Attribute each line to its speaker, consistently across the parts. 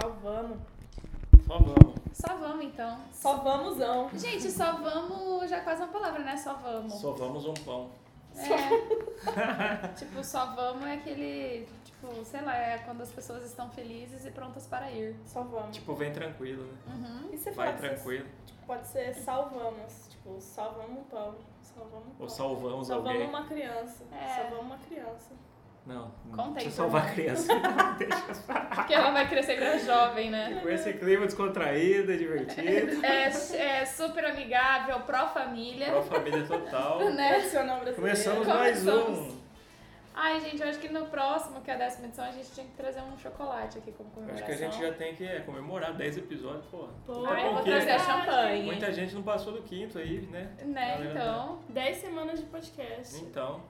Speaker 1: Só vamos.
Speaker 2: Só vamos.
Speaker 1: Só vamos, então.
Speaker 3: Só vamosão.
Speaker 1: Gente, só vamos já é quase uma palavra, né? Só vamos.
Speaker 2: Só vamos um pão.
Speaker 1: É. tipo, só vamos é aquele. Tipo, sei lá, é quando as pessoas estão felizes e prontas para ir.
Speaker 3: Só vamos.
Speaker 2: Tipo, vem tranquilo, né?
Speaker 3: E você
Speaker 2: Vai
Speaker 3: pode ser-
Speaker 2: tranquilo.
Speaker 3: Pode ser salvamos. Tipo, salvamos um pão. Salvamos um pão.
Speaker 2: Ou salvamos
Speaker 3: Salvamos
Speaker 2: alguém.
Speaker 3: uma criança.
Speaker 1: É.
Speaker 3: Salvamos uma criança.
Speaker 2: Não.
Speaker 1: Conta aí,
Speaker 2: Deixa eu salvar a
Speaker 1: Fernando.
Speaker 2: criança. Deixa eu salvar.
Speaker 1: Porque ela vai crescer grande jovem, né?
Speaker 2: Com esse clima descontraído, divertido.
Speaker 1: É, é super amigável, pró-família.
Speaker 2: Pra família total.
Speaker 1: Né?
Speaker 3: Tradicional brasileiro.
Speaker 2: Começamos mais um.
Speaker 1: Ai, gente, eu acho que no próximo, que é a décima edição, a gente tinha que trazer um chocolate aqui como
Speaker 2: Eu
Speaker 1: comemoração.
Speaker 2: Acho que a gente tá já tem que é, comemorar 10 episódios, pô.
Speaker 3: Pô,
Speaker 1: Ah, eu vou
Speaker 2: Porque
Speaker 1: trazer a champanhe.
Speaker 2: né? Muita gente não passou do quinto aí, né?
Speaker 1: Né,
Speaker 2: Galera,
Speaker 1: então.
Speaker 3: 10 semanas de podcast.
Speaker 2: Então,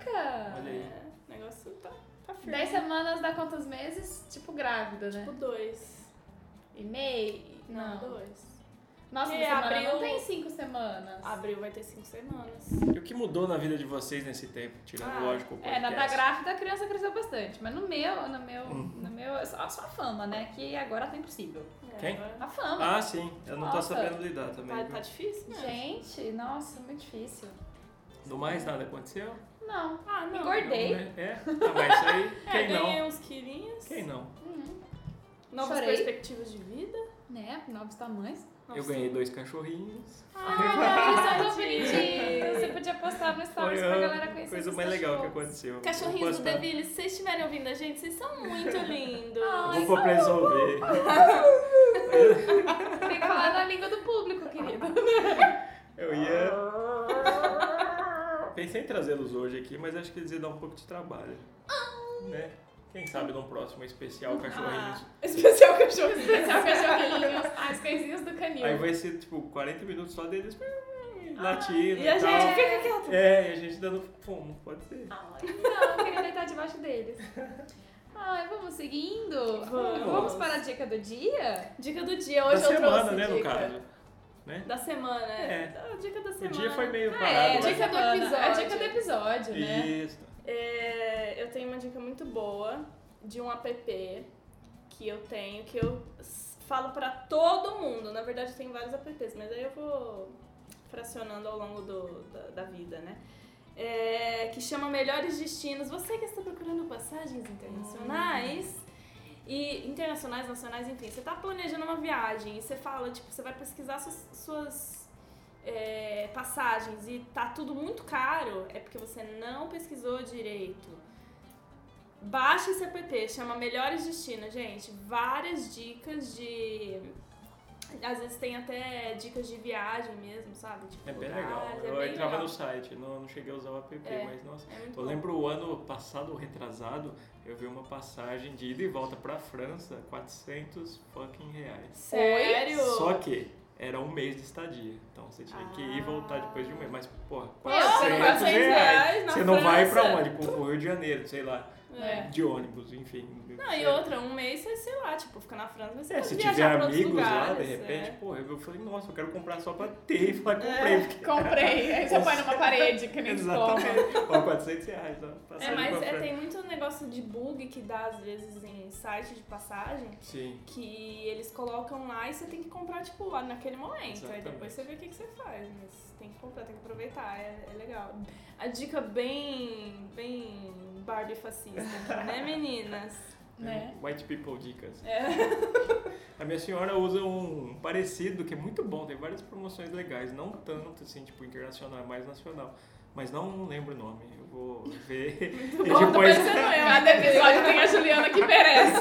Speaker 1: Caraca!
Speaker 2: olha aí.
Speaker 3: É, o negócio tá, tá firme.
Speaker 1: 10 semanas dá quantos meses? Tipo grávida, né?
Speaker 3: Tipo, dois.
Speaker 1: E meio?
Speaker 3: Não,
Speaker 1: Não.
Speaker 3: dois.
Speaker 1: Nossa,
Speaker 3: Que
Speaker 1: uma semana
Speaker 3: abril-
Speaker 1: não tem 5 semanas.
Speaker 3: Abril vai ter cinco semanas.
Speaker 2: E o que mudou na vida de vocês nesse tempo? Tirando,
Speaker 3: Ah,
Speaker 2: lógico, o
Speaker 1: É, na
Speaker 2: podcast.
Speaker 1: da grávida a criança cresceu bastante, mas no meu, no meu,
Speaker 2: Hum.
Speaker 1: no meu, é só a sua fama, né? Que agora tá impossível.
Speaker 3: É,
Speaker 2: Quem?
Speaker 3: agora
Speaker 1: A fama.
Speaker 2: Ah, sim. Eu não tô
Speaker 1: Nossa.
Speaker 2: sabendo lidar também.
Speaker 3: Tá,
Speaker 2: viu?
Speaker 3: tá difícil, né?
Speaker 1: Gente, nossa, muito difícil.
Speaker 2: Do mais nada aconteceu?
Speaker 1: Não.
Speaker 3: Ah, não.
Speaker 1: Engordei. Ei.
Speaker 2: Não, né? É? Tá, mas isso aí,
Speaker 3: É,
Speaker 2: quem
Speaker 3: ganhei
Speaker 2: não?
Speaker 3: uns quilinhos.
Speaker 2: Quem não?
Speaker 3: Novas
Speaker 1: Chorei.
Speaker 3: perspectivas de vida.
Speaker 1: Né? Novos tamanhos.
Speaker 2: Eu
Speaker 3: Novos-
Speaker 2: ganhei dois cachorrinhos.
Speaker 1: Ah, não, isso é tão bonitinho. Você podia postar no
Speaker 2: Foi
Speaker 1: stories pra galera
Speaker 2: a
Speaker 1: conhecer
Speaker 2: coisa
Speaker 1: esses
Speaker 2: mais legal que
Speaker 1: cachorros.
Speaker 2: aconteceu. Vou
Speaker 3: Cachorrinhos do
Speaker 2: postar.
Speaker 3: Deville, se vocês estiverem ouvindo a gente, vocês são muito lindos.
Speaker 1: Ah,
Speaker 2: Vou pôr pra resolver.
Speaker 1: Tem que falar na língua do público, querido.
Speaker 2: Eu ia. Pensei em trazê-los hoje aqui, mas acho que eles iam dar um pouco de trabalho. Né? Quem sabe num próximo especial cachorrinhos.
Speaker 3: Ah, especial cachorrinho.
Speaker 1: Especial cachorrinhos, Ah, as coisinhas do canil.
Speaker 2: Aí vai ser tipo 40 minutos só deles hum, latindo
Speaker 3: Ah, E a
Speaker 2: tal.
Speaker 3: gente fica quieto.
Speaker 2: É, e a gente dando fumo, pode ser.
Speaker 1: Ai, Não, eu queria deitar debaixo deles. Ai, vamos seguindo?
Speaker 3: Vamos.
Speaker 1: para a dica do dia?
Speaker 3: Dica do dia,
Speaker 2: da
Speaker 3: hoje eu
Speaker 2: semana,
Speaker 3: trouxe
Speaker 2: né,
Speaker 3: dica.
Speaker 2: no caso. Né?
Speaker 3: Da semana, é.
Speaker 2: É.
Speaker 3: A Dica da
Speaker 2: O
Speaker 3: semana.
Speaker 2: dia foi meio
Speaker 1: Ah,
Speaker 2: parado.
Speaker 1: é,
Speaker 2: né?
Speaker 1: dica do
Speaker 3: Semana.
Speaker 1: episódio. É a dica do episódio, né?
Speaker 2: Isso.
Speaker 3: É, eu tenho uma dica muito boa de um app que eu tenho, que eu s- falo pra todo mundo. Na verdade, eu tenho vários apps, mas aí eu vou fracionando ao longo do, da, da vida, né? É, que chama Melhores Destinos. Você que está procurando passagens internacionais. E internacionais, nacionais, enfim, você tá planejando uma viagem e você fala, tipo, você vai pesquisar suas, suas, é, passagens e tá tudo muito caro, é porque você não pesquisou direito. Baixa esse app, chama Melhores Destinos, gente. Várias dicas de. Às vezes tem até dicas de viagem mesmo, sabe? Tipo,
Speaker 2: É bem
Speaker 3: lugares,
Speaker 2: legal.
Speaker 3: é
Speaker 2: eu
Speaker 3: bem
Speaker 2: entrava
Speaker 3: legal.
Speaker 2: no site, não, não cheguei a usar o app,
Speaker 3: É.
Speaker 2: mas nossa.
Speaker 3: É muito
Speaker 2: Eu
Speaker 3: bom.
Speaker 2: lembro o ano passado, retrasado, eu vi uma passagem de ida e volta pra França, 400 fucking reais.
Speaker 3: Sério?
Speaker 2: Só que era um mês de estadia. Então você tinha que ir e voltar depois de um mês. Mas, porra,
Speaker 1: você
Speaker 2: 400
Speaker 1: não vai
Speaker 3: sair
Speaker 2: reais.
Speaker 3: reais Ah. na
Speaker 2: Você não vai pra
Speaker 3: França.
Speaker 2: onde? Pro pro Rio de Janeiro, sei lá.
Speaker 3: É.
Speaker 2: De ônibus, enfim.
Speaker 3: Não, e outra, um mês você, sei lá, tipo, fica na França, mas você
Speaker 2: É,
Speaker 3: pode
Speaker 2: se
Speaker 3: viajar
Speaker 2: tiver
Speaker 3: pra outros
Speaker 2: amigos
Speaker 3: lugares,
Speaker 2: lá, de repente,
Speaker 3: é.
Speaker 2: porra, eu falei, nossa, eu quero comprar só pra ter. E falei, comprei. porque-
Speaker 1: Comprei. Aí você põe numa parede, que nem como.
Speaker 2: Exatamente. Ó, 400 reais, ó.
Speaker 3: É,
Speaker 2: passagem
Speaker 3: mas
Speaker 2: pra
Speaker 3: é,
Speaker 2: França.
Speaker 3: tem muito negócio de bug que dá, às vezes, em site de passagem,
Speaker 2: Sim.
Speaker 3: que eles colocam lá e você tem que comprar, tipo, lá naquele momento. Aí
Speaker 2: Exatamente.
Speaker 3: depois você vê o que, que você faz, mas tem que comprar, tem que aproveitar, é, é legal. A dica bem, bem Barbie fascista aqui, né, meninas?
Speaker 1: Né?
Speaker 2: White people dicas.
Speaker 3: É.
Speaker 2: A minha senhora usa um parecido que é muito bom, tem várias promoções legais, não tanto assim, tipo internacional, é mais nacional. Mas não lembro o nome, eu vou ver. e
Speaker 1: Bom,
Speaker 2: depois
Speaker 1: né? depois você não é. Cada episódio tem a Juliana que merece.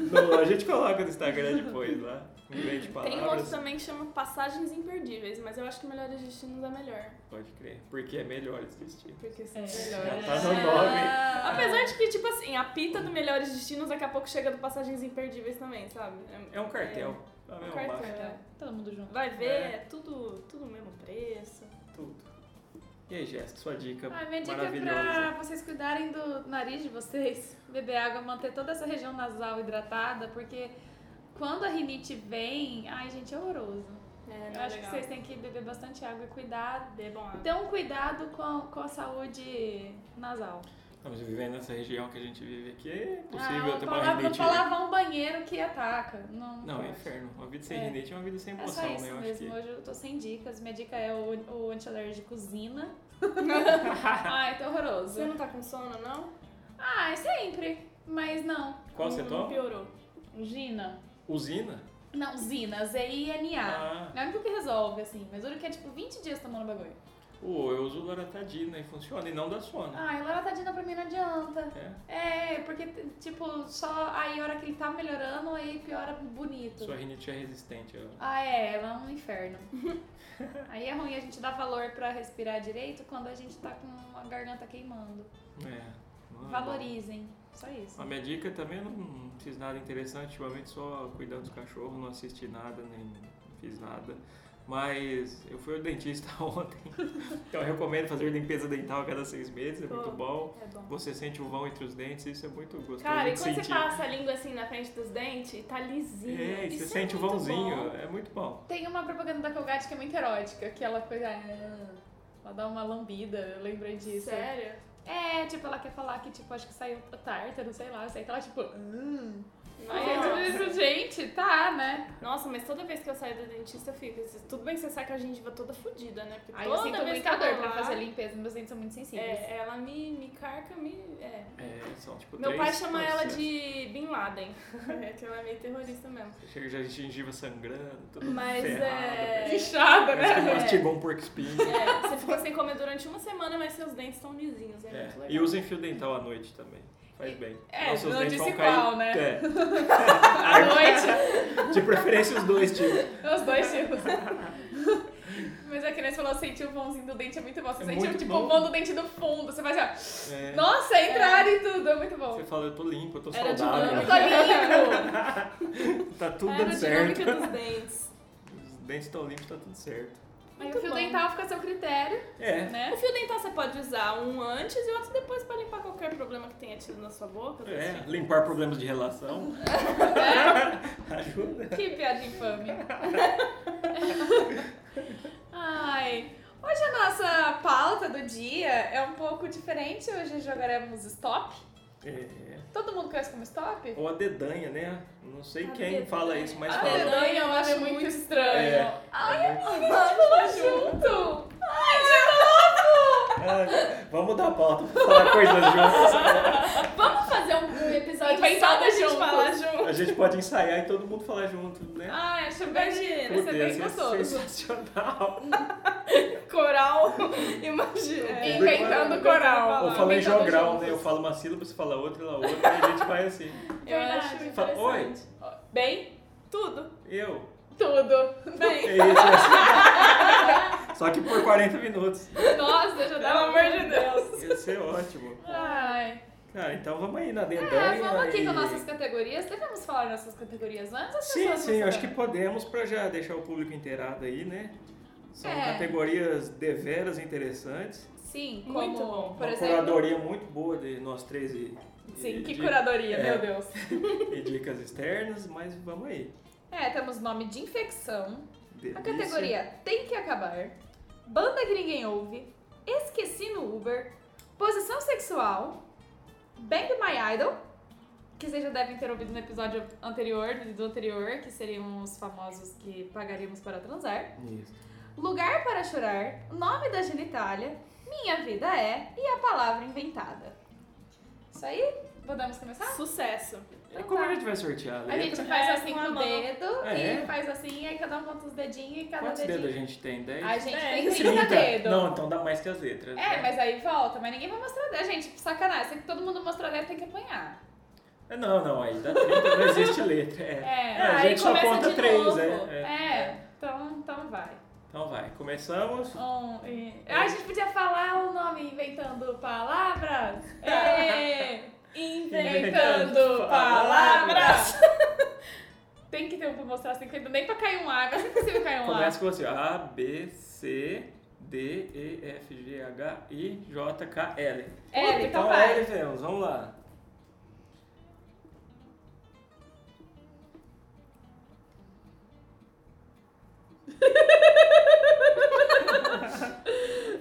Speaker 2: no, a gente coloca no Instagram depois lá. Um grande
Speaker 3: Tem um outro
Speaker 2: palavras.
Speaker 3: também que chama Passagens Imperdíveis, mas eu acho que Melhores Destinos é melhor.
Speaker 2: Pode crer. Porque é melhor existir.
Speaker 1: É.
Speaker 3: Porque se-
Speaker 2: Já
Speaker 1: Melhor. né?
Speaker 2: tá no nome.
Speaker 3: Apesar de que, tipo assim, a pita do Melhores Destinos daqui a pouco chega do Passagens Imperdíveis também, sabe?
Speaker 2: É um cartel. É
Speaker 3: É um
Speaker 2: um
Speaker 3: cartel.
Speaker 1: É, todo mundo junto.
Speaker 3: Vai ver,
Speaker 2: É.
Speaker 3: é tudo, tudo o mesmo preço.
Speaker 2: Tudo. E aí, Jéssica, sua dica
Speaker 1: Ah, minha dica é pra
Speaker 2: maravilhosa.
Speaker 1: vocês cuidarem do nariz de vocês, beber água, manter toda essa região nasal hidratada, porque quando a rinite vem, ai gente, é horroroso.
Speaker 3: É,
Speaker 1: Eu acho que vocês têm que beber bastante água e cuidar.
Speaker 3: bebam água.
Speaker 1: Ter um cuidado com a, com a saúde nasal.
Speaker 2: Estamos vivendo nessa região que a gente vive aqui. É
Speaker 1: ah,
Speaker 2: impossível ter uma
Speaker 1: palavra-
Speaker 2: rinite. né?
Speaker 1: Não lavar um banheiro que ataca. Não,
Speaker 2: Não, é
Speaker 1: pode.
Speaker 2: inferno. Uma vida sem
Speaker 1: É.
Speaker 2: rinite é uma vida sem
Speaker 1: É só
Speaker 2: emoção,
Speaker 1: isso
Speaker 2: né? Eu
Speaker 1: mesmo.
Speaker 2: acho
Speaker 1: Hoje eu tô sem dicas. Minha dica é o, o antialérgico Zina. Ai, tá horroroso.
Speaker 3: Você não tá com sono, não?
Speaker 1: Ai, sempre. Mas não.
Speaker 2: que. Qual você
Speaker 3: Não
Speaker 2: toma?
Speaker 3: Piorou.
Speaker 1: Gina.
Speaker 2: Usina?
Speaker 1: Não, Zina. Z-I-N-A.
Speaker 2: Ah.
Speaker 1: Não é o único que resolve, assim. Mas o único que é tipo 20 dias tomando bagulho.
Speaker 2: Ô, eu uso loratadina e funciona, e não dá sono.
Speaker 1: Ai, loratadina pra mim não adianta.
Speaker 2: É?
Speaker 1: É, porque, tipo, só aí a hora que ele tá melhorando, aí piora bonito.
Speaker 2: Sua rinite é resistente. ó.
Speaker 1: Ah, é, ela é um inferno. aí é ruim a gente dar valor pra respirar direito quando a gente tá com a garganta queimando.
Speaker 2: É. Mano.
Speaker 1: Valorizem. Só isso.
Speaker 2: A minha dica também eu não fiz nada interessante, ultimamente só cuidando dos cachorros, não assisti nada, nem não fiz nada. Mas eu fui ao dentista ontem, então eu recomendo fazer limpeza dental a cada seis meses, é muito
Speaker 3: Pô.
Speaker 2: bom.
Speaker 3: É bom.
Speaker 2: Você sente o vão entre os dentes, isso é muito gostoso
Speaker 3: Cara, e
Speaker 2: de
Speaker 3: quando
Speaker 2: sentir.
Speaker 3: você passa a língua assim na frente dos dentes, tá lisinho.
Speaker 2: É, e você
Speaker 3: Isso é
Speaker 2: sente o
Speaker 3: muito
Speaker 2: vãozinho,
Speaker 3: bom.
Speaker 2: é muito bom.
Speaker 1: Tem uma propaganda da Colgate que é muito erótica, que ela coisa. "Ah", Ela dá uma lambida, eu lembrei disso.
Speaker 3: Sério?
Speaker 1: É, tipo, ela quer falar que, tipo, acho que saiu tártaro, sei lá, eu sei que ela, tipo. "Hum". Aí eu
Speaker 3: Nossa.
Speaker 1: digo, gente, tá, né?
Speaker 3: Nossa, mas toda vez que eu saio do dentista, eu fico. assim, Tudo bem que você sai com a gengiva toda fodida, né? Porque
Speaker 1: Aí eu
Speaker 3: toda
Speaker 1: sinto
Speaker 3: vez
Speaker 1: muita
Speaker 3: que eu
Speaker 1: dor
Speaker 3: vou
Speaker 1: pra
Speaker 3: lá,
Speaker 1: fazer limpeza, meus dentes são muito sensíveis.
Speaker 3: É, ela me, me carca, me. É.
Speaker 2: É, são tipo
Speaker 3: Meu
Speaker 2: três
Speaker 3: pai chama ela
Speaker 2: processos.
Speaker 3: de Bin Laden. é que ela é meio terrorista mesmo.
Speaker 2: Chega já de gengiva sangrando, tudo
Speaker 3: Mas
Speaker 2: ferrado.
Speaker 3: é.
Speaker 1: Inchada, né?
Speaker 2: Parece que
Speaker 3: É.
Speaker 2: mastigou um porco espinho.
Speaker 3: É, você ficou sem comer durante uma semana, mas seus dentes estão lisinhos. É, muito
Speaker 2: É,
Speaker 3: legal.
Speaker 2: E usem fio dental à noite também. Faz bem.
Speaker 1: É,
Speaker 2: Nossos
Speaker 1: não
Speaker 2: dentes
Speaker 1: disse
Speaker 2: vão cair-
Speaker 1: qual, né?
Speaker 2: É.
Speaker 1: À noite,
Speaker 2: De preferência os dois, tipo. tio.
Speaker 1: os dois tipos. Mas é a criança falou, sentir o vãozinho do dente é muito bom. Você
Speaker 2: É
Speaker 1: sentiu,
Speaker 2: muito
Speaker 1: tipo,
Speaker 2: bom.
Speaker 1: o vão do dente do fundo. Você vai assim,
Speaker 2: É,
Speaker 1: ó, nossa, entrar e tudo, é muito bom.
Speaker 2: Você né? fala, eu tô limpo, eu tô
Speaker 3: Era
Speaker 1: Eu
Speaker 2: saudável.
Speaker 1: tô lindo.
Speaker 2: Tá tudo
Speaker 3: É, a
Speaker 2: dando certo.
Speaker 3: aerodinâmica dos dentes.
Speaker 2: Os dentes estão limpos, tá tudo certo.
Speaker 1: Aí
Speaker 3: Muito
Speaker 1: o fio
Speaker 3: bom.
Speaker 1: dental fica a seu critério,
Speaker 2: É.
Speaker 1: né?
Speaker 3: O fio dental você pode usar um antes e outro depois pra limpar qualquer problema que tenha tido na sua boca.
Speaker 2: É, limpar problemas de relação.
Speaker 1: É?
Speaker 2: Ajuda.
Speaker 1: Que piada infame. Ai. Hoje a nossa pauta do dia é um pouco diferente. Hoje jogaremos stop.
Speaker 2: É.
Speaker 1: Todo mundo conhece como stop?
Speaker 2: Ou a dedanha, né? Não sei
Speaker 3: A
Speaker 2: quem
Speaker 3: dedanha.
Speaker 2: fala isso, mas
Speaker 1: a
Speaker 2: fala.
Speaker 3: dedanha.
Speaker 1: dedanha Ah, eu acho muito estranho.
Speaker 2: É.
Speaker 1: Ai, amiga, a gente falou junto. Ai, de
Speaker 2: Ah, vamos mudar a pauta pra falar coisas juntas.
Speaker 1: novo. Vamos fazer um episódio
Speaker 3: Inventado a gente
Speaker 1: juntos.
Speaker 3: falar junto.
Speaker 2: A gente pode ensaiar e todo mundo falar junto, né?
Speaker 1: Ai, acho bem
Speaker 3: Imagina,
Speaker 1: Ah, Você é bem gostoso.
Speaker 2: sensacional.
Speaker 3: Coral, imagina.
Speaker 1: É. Inventando coral.
Speaker 2: Eu falo em
Speaker 1: Inventando
Speaker 2: jogral,
Speaker 1: juntos.
Speaker 2: né? Eu falo uma sílaba, você fala outra, ela outra, e a gente vai assim.
Speaker 3: Eu acho
Speaker 1: Verdade.
Speaker 2: Fala, oi.
Speaker 1: um
Speaker 3: interessante.
Speaker 1: Bem,
Speaker 3: Tudo.
Speaker 2: Eu.
Speaker 1: tudo.
Speaker 2: É
Speaker 3: Bem.
Speaker 2: isso, é assim. Só que por 40 minutos.
Speaker 1: Nossa, já dá
Speaker 3: Pelo amor de Deus.
Speaker 2: Ia ser ótimo.
Speaker 1: Ai.
Speaker 2: Cara, então vamos aí na dedanha.
Speaker 1: É, vamos aqui
Speaker 2: e-
Speaker 1: com nossas categorias. Devemos falar nossas categorias antes? ou as
Speaker 2: Sim,
Speaker 1: pessoas
Speaker 2: sim, eu
Speaker 1: vão
Speaker 2: acho que
Speaker 1: saber?
Speaker 2: podemos pra já deixar o público inteirado aí, né? São
Speaker 1: É.
Speaker 2: categorias deveras interessantes.
Speaker 1: Sim, como,
Speaker 3: Muito bom.
Speaker 1: por
Speaker 2: uma
Speaker 1: exemplo...
Speaker 2: curadoria muito boa de nós três e,
Speaker 1: Sim,
Speaker 2: e
Speaker 1: que
Speaker 2: di-
Speaker 1: curadoria,
Speaker 2: É.
Speaker 1: meu Deus.
Speaker 2: e dicas externas, mas vamos aí.
Speaker 1: É, temos nome de infecção,
Speaker 2: Delícia.
Speaker 1: a categoria tem que acabar, banda que ninguém ouve, esqueci no Uber, posição sexual, Bang My Idol, que vocês já devem ter ouvido no episódio anterior, do anterior, que seriam os famosos que pagaríamos para transar.
Speaker 2: Isso.
Speaker 1: Lugar para chorar, nome da genitália, minha vida é e a palavra inventada. Isso aí? Podemos começar?
Speaker 3: Sucesso.
Speaker 2: É como a gente vai sortear né? a
Speaker 1: Então
Speaker 2: letra?
Speaker 1: tá. A gente faz
Speaker 3: É,
Speaker 1: assim
Speaker 3: com
Speaker 1: com
Speaker 3: a
Speaker 1: o
Speaker 3: mão.
Speaker 1: dedo
Speaker 2: Ah, é?
Speaker 1: e faz assim, aí cada um bota os dedinhos e cada
Speaker 2: Quantos dedos a
Speaker 1: dedinho.
Speaker 2: gente tem? 10?
Speaker 1: A gente
Speaker 3: É,
Speaker 1: tem
Speaker 2: 30?
Speaker 1: 30 dedos.
Speaker 2: Não, então dá mais que as letras.
Speaker 1: É,
Speaker 2: né?
Speaker 1: mas aí volta, mas ninguém vai mostrar dedo. Gente, sacanagem, se todo mundo mostrar dedo tem que apanhar.
Speaker 2: É, Não, não, aí dá 30, não existe letra. É,
Speaker 1: É,
Speaker 2: a
Speaker 3: aí
Speaker 2: gente só
Speaker 3: começa
Speaker 2: conta
Speaker 3: de
Speaker 2: três,
Speaker 3: novo.
Speaker 2: é,
Speaker 1: É,
Speaker 2: é.
Speaker 1: então, então vai.
Speaker 2: Então vai, começamos.
Speaker 1: Um, e... Ah, a gente podia falar o nome inventando palavras. É, inventando palavras. Tem que ter um pra mostrar assim, que nem pra cair um A. Agora é impossível cair um A.
Speaker 2: Começa com você, ó. A, B, C, D, E, F, G, H, I, J, K, L.
Speaker 1: L, então
Speaker 2: então
Speaker 1: vai.
Speaker 2: L temos, vamos lá.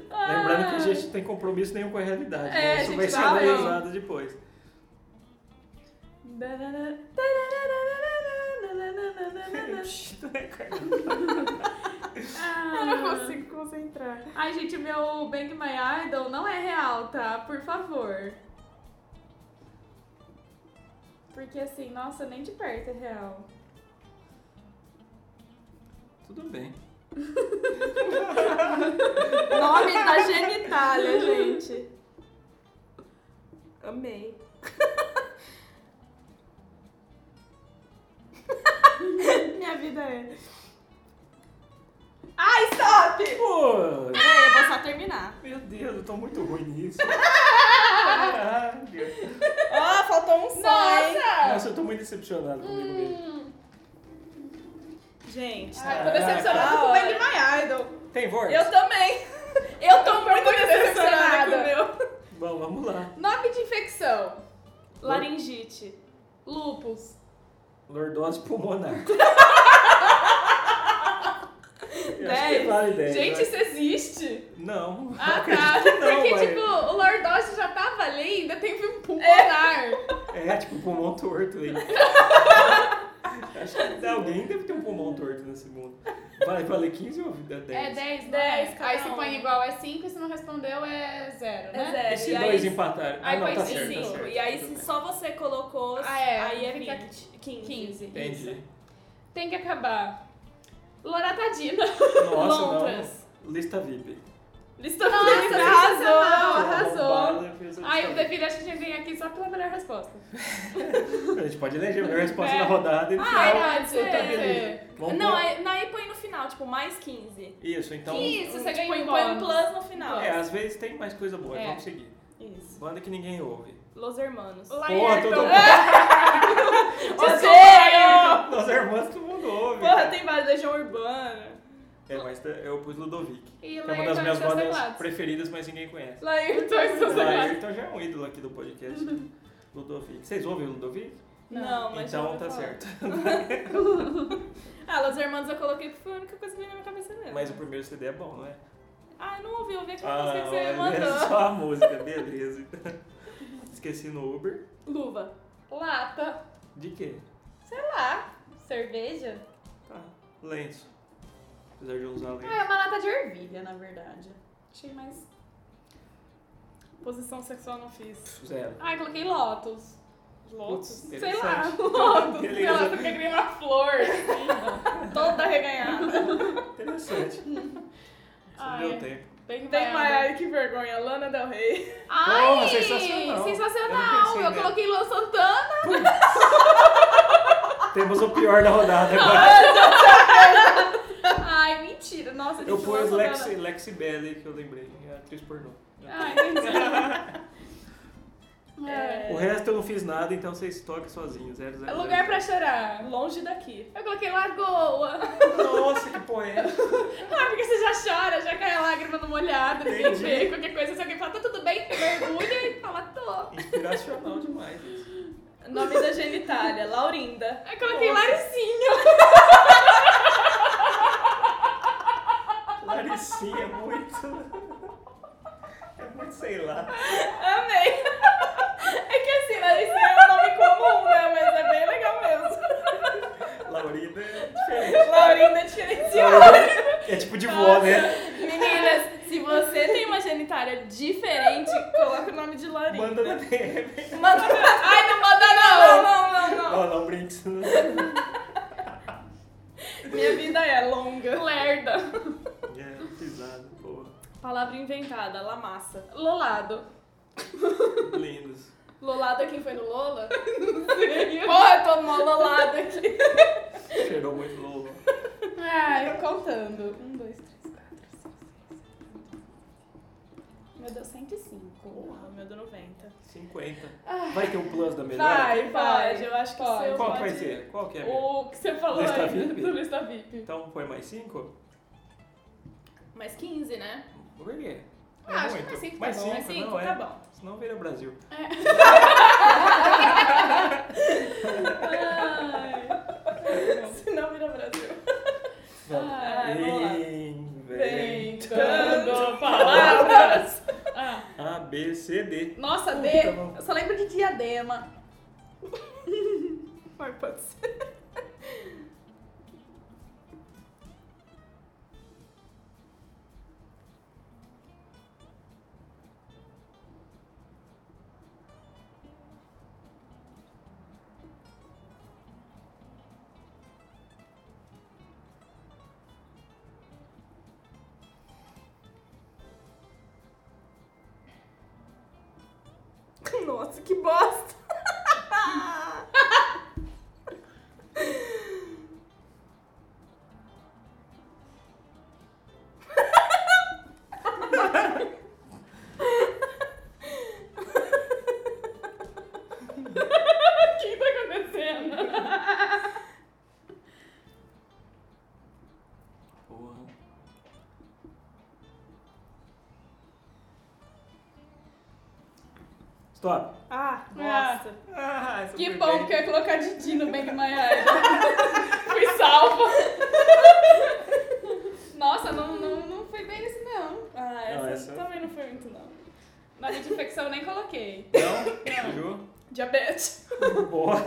Speaker 2: Lembrando que a gente não tem compromisso nenhum com a realidade,
Speaker 1: É,
Speaker 2: né?
Speaker 1: a
Speaker 2: Isso
Speaker 1: gente
Speaker 2: vai ser
Speaker 1: vai.
Speaker 2: analisado depois.
Speaker 1: Ah,
Speaker 3: Eu não consigo concentrar.
Speaker 1: Ai, gente, meu Bang My Idol não é real, tá? Por favor. Porque assim, nossa, nem de perto é real.
Speaker 2: Tudo bem.
Speaker 3: Nome da genitália, gente. Amei. Minha vida é. Ai, stop!
Speaker 2: Pô,
Speaker 3: É, eu vou só terminar.
Speaker 2: meu Deus, eu tô muito ruim nisso. Caralho.
Speaker 3: Ó, faltou um som, hein?
Speaker 2: Nossa, eu tô muito decepcionado comigo mesmo.
Speaker 3: Gente,
Speaker 1: Ai, tô decepcionada
Speaker 3: Ah,
Speaker 1: com o
Speaker 3: olha.
Speaker 1: Bang My Idol.
Speaker 2: Tem Vortex?
Speaker 3: eu também.
Speaker 1: Eu tô muito
Speaker 3: decepcionada
Speaker 1: decepcionada.
Speaker 3: com o meu.
Speaker 2: Bom, vamos lá.
Speaker 1: Nome de infecção.
Speaker 3: Laringite.
Speaker 1: Lupus.
Speaker 2: Lordose pulmonar. Eu acho que
Speaker 1: Dez.
Speaker 2: vale 10.
Speaker 1: Gente, isso existe?
Speaker 2: Não.
Speaker 1: Ah, tá.
Speaker 2: acredito que É. não,
Speaker 1: Porque,
Speaker 2: mas-
Speaker 1: tipo, o Lordose já tava ali, ainda teve um pulmonar.
Speaker 2: É, tipo, pulmão torto aí. Acho que alguém deve ter um pulmão torto nesse mundo. Vale, vale 15 ou dá 10?
Speaker 1: É 10,
Speaker 3: Dez,
Speaker 1: 10.
Speaker 3: cada
Speaker 1: Aí se
Speaker 3: um.
Speaker 1: põe igual é 5 e se não respondeu é 0, né?
Speaker 3: É zero.
Speaker 2: E se
Speaker 3: E aí-
Speaker 2: dois empataram? Ah,
Speaker 1: aí
Speaker 2: não,
Speaker 1: põe
Speaker 2: tá
Speaker 1: cinco,
Speaker 2: certo, tá
Speaker 3: Cinco.
Speaker 2: certo.
Speaker 3: e aí,
Speaker 2: tudo
Speaker 3: se
Speaker 2: bem.
Speaker 3: só você colocou,
Speaker 1: Ah, é.
Speaker 3: aí é
Speaker 1: Fica
Speaker 3: 20. 15.
Speaker 1: 15.
Speaker 2: Entendi.
Speaker 1: Tem que acabar. Loratadina.
Speaker 2: Nossa,
Speaker 3: Lontras.
Speaker 2: não. Lista VIP.
Speaker 3: Lista
Speaker 1: Nossa,
Speaker 3: feliz,
Speaker 1: sensacional.
Speaker 3: arrasou.
Speaker 1: arrasou.
Speaker 2: Bombada, fez um a
Speaker 1: Ai, o
Speaker 2: lista VIP.
Speaker 1: Deville acho que tinha que vir aqui só pela melhor resposta.
Speaker 2: A gente pode eleger a melhor resposta
Speaker 1: É.
Speaker 2: da rodada e no
Speaker 1: Ah,
Speaker 2: final.
Speaker 1: verdade.
Speaker 2: eu tô
Speaker 1: é.
Speaker 2: tá feliz. Vamos
Speaker 3: Não,
Speaker 2: pôr-
Speaker 3: aí, aí põe no final, tipo, mais 15.
Speaker 2: Isso, então.
Speaker 1: Isso, você
Speaker 3: tipo,
Speaker 1: ganha um
Speaker 3: põe um
Speaker 1: bônus.
Speaker 3: plus no final.
Speaker 2: É, às vezes tem mais coisa boa,
Speaker 1: É.
Speaker 2: vamos seguir.
Speaker 3: Isso.
Speaker 2: Banda que ninguém ouve.
Speaker 3: Los Hermanos.
Speaker 2: Porra, todo mundo.
Speaker 3: Odeio!
Speaker 2: Nós irmãs todo mundo ouve.
Speaker 3: Porra, tem várias Legião Urbana.
Speaker 2: É, mas tá- eu pus Ludovic.
Speaker 1: E
Speaker 2: Que é uma das
Speaker 1: Laertão e
Speaker 2: minhas
Speaker 1: seus
Speaker 2: bandas
Speaker 1: teclados.
Speaker 2: preferidas, mas ninguém conhece.
Speaker 1: Laertão e seus
Speaker 2: Ah,
Speaker 1: teclados.
Speaker 2: então já é um ídolo aqui do podcast. Ludovic. Vocês ouvem o Ludovic?
Speaker 1: Não.
Speaker 3: Uhum. Não, mas já
Speaker 2: então
Speaker 3: ouvi
Speaker 2: tá
Speaker 3: falar.
Speaker 2: certo.
Speaker 3: Ah, Los Hermanos eu coloquei porque foi a única coisa que veio na minha cabeça mesmo.
Speaker 2: Mas o primeiro CD é bom, não é?
Speaker 3: Ah, eu não ouvi, eu ouvi aquela
Speaker 2: Ah,
Speaker 3: música que você me
Speaker 2: olha
Speaker 3: mandou.
Speaker 2: só a música, beleza. Esqueci no Uber.
Speaker 3: Luva.
Speaker 1: Lata.
Speaker 2: De quê?
Speaker 3: Sei lá. Cerveja?
Speaker 2: Tá. Lenço. Apesar de eu usar
Speaker 1: Ah, é
Speaker 2: lenço.
Speaker 1: uma lata de ervilha.
Speaker 3: Filha, na verdade.
Speaker 1: Achei mais...
Speaker 3: Posição sexual não fiz.
Speaker 2: Zero.
Speaker 1: Ah, coloquei lótus.
Speaker 3: Lotus.
Speaker 2: Putz,
Speaker 1: Sei lá,
Speaker 2: interessante.
Speaker 1: lótus. Sei
Speaker 2: Beleza.
Speaker 1: lá, porque queria uma flor. assim,
Speaker 3: Toda reganhada.
Speaker 2: Interessante. Isso não
Speaker 1: Ai. é.
Speaker 2: deu tempo.
Speaker 1: Bem
Speaker 3: Tem
Speaker 1: vaiada.
Speaker 3: Maiara, que vergonha. Lana Del Rey.
Speaker 1: Ai,
Speaker 2: Porra, sensacional. Eu não
Speaker 1: sensacional.
Speaker 2: pensei
Speaker 1: Eu,
Speaker 2: nela.
Speaker 1: coloquei Luan Santana.
Speaker 2: Temos o pior da rodada agora.
Speaker 1: Ai, mentira. Nossa,
Speaker 2: Eu
Speaker 1: gente,
Speaker 2: pus
Speaker 1: Luan
Speaker 2: Lexi,
Speaker 1: Santana.
Speaker 2: Lexi Belli, que eu lembrei, é atriz pornô.
Speaker 1: Ai, entendi. É.
Speaker 3: É.
Speaker 2: O resto eu não fiz nada, então vocês toquem sozinhos. Zero, zero,
Speaker 1: É Lugar
Speaker 2: zero.
Speaker 1: pra chorar.
Speaker 3: Longe daqui.
Speaker 1: Eu coloquei lagoa.
Speaker 2: Nossa, que poético.
Speaker 1: Ah, porque você já chora, já cai a lágrima no molhado, não
Speaker 2: Entendi.
Speaker 1: vê, qualquer coisa. Se alguém fala, tá tudo bem, mergulha e fala, tô.
Speaker 2: Inspiracional demais. isso.
Speaker 3: Nome da genitália. Laurinda.
Speaker 1: Aí coloquei
Speaker 3: Nossa.
Speaker 1: Laricinha.
Speaker 2: Laricinha, é muito... É muito, sei lá.
Speaker 3: Amei. É que assim, Laricinha é um nome comum, né? Mas é bem legal mesmo.
Speaker 2: Laurina é diferente.
Speaker 3: Laurinda é diferencial.
Speaker 2: É tipo de vó, né?
Speaker 3: Meninas, se você tem uma genitália diferente, coloca o nome de Laurinda.
Speaker 2: Manda na DM.
Speaker 3: Manda Ai, não manda não! Não, não, não,
Speaker 2: Não, não brinque. isso não-
Speaker 3: não. Minha vida é longa.
Speaker 1: Lerda.
Speaker 2: É, pisado, porra.
Speaker 3: Palavra inventada, lamassa.
Speaker 1: Lolado.
Speaker 2: Lindos.
Speaker 1: Lolada quem foi no Lola? Porra, eu tô mó lolada aqui.
Speaker 2: Cheirou muito louco.
Speaker 1: Ai, eu contando. Um, dois, três, quatro, cinco, seis, sete, oito. Meu Deus, 105.
Speaker 3: Porra.
Speaker 1: O meu deu 90.
Speaker 2: 50. Vai ter um plus da melhor?
Speaker 1: Vai, vai. Eu acho que
Speaker 3: Pode.
Speaker 1: o seu
Speaker 2: Qual que vai
Speaker 1: pode-
Speaker 2: ser? Qual que é a melhor?
Speaker 1: O que você falou
Speaker 2: Lista
Speaker 1: aí
Speaker 2: VIP?
Speaker 1: do Lista VIP.
Speaker 2: Então foi mais 5?
Speaker 1: Mais 15, né?
Speaker 2: Por quê? É
Speaker 1: Ah, acho que
Speaker 2: muito.
Speaker 1: mais 5 tá
Speaker 2: mais
Speaker 1: bom.
Speaker 2: cinco,
Speaker 1: mais 5,
Speaker 2: não é?
Speaker 1: tá bom.
Speaker 2: Senão vira Brasil.
Speaker 1: Ai. Se não vira Brasil. Ai, vamos lá.
Speaker 2: Inventando
Speaker 1: palavras. Ah,
Speaker 2: A, B, C, D. tá
Speaker 3: Nossa,
Speaker 1: Tá
Speaker 3: D.
Speaker 2: Puta, não.
Speaker 3: Eu só lembro de diadema.
Speaker 1: mas pode ser.
Speaker 3: Nossa, que bosta.
Speaker 1: O que tá acontecendo?
Speaker 2: Porra. Stop.
Speaker 3: Ah,
Speaker 1: Nossa.
Speaker 2: Ah, essa
Speaker 1: Que
Speaker 2: foi
Speaker 1: bom,
Speaker 2: bem.
Speaker 1: porque eu ia colocar Didi no Bang My Idol. Fui salva. Nossa, não, não, não foi bem nesse não. Ah, essa,
Speaker 2: Não, essa-
Speaker 1: também não foi muito não. Nada de infecção eu nem coloquei.
Speaker 2: Não, Ju. é
Speaker 1: Diabetes.
Speaker 2: Boa.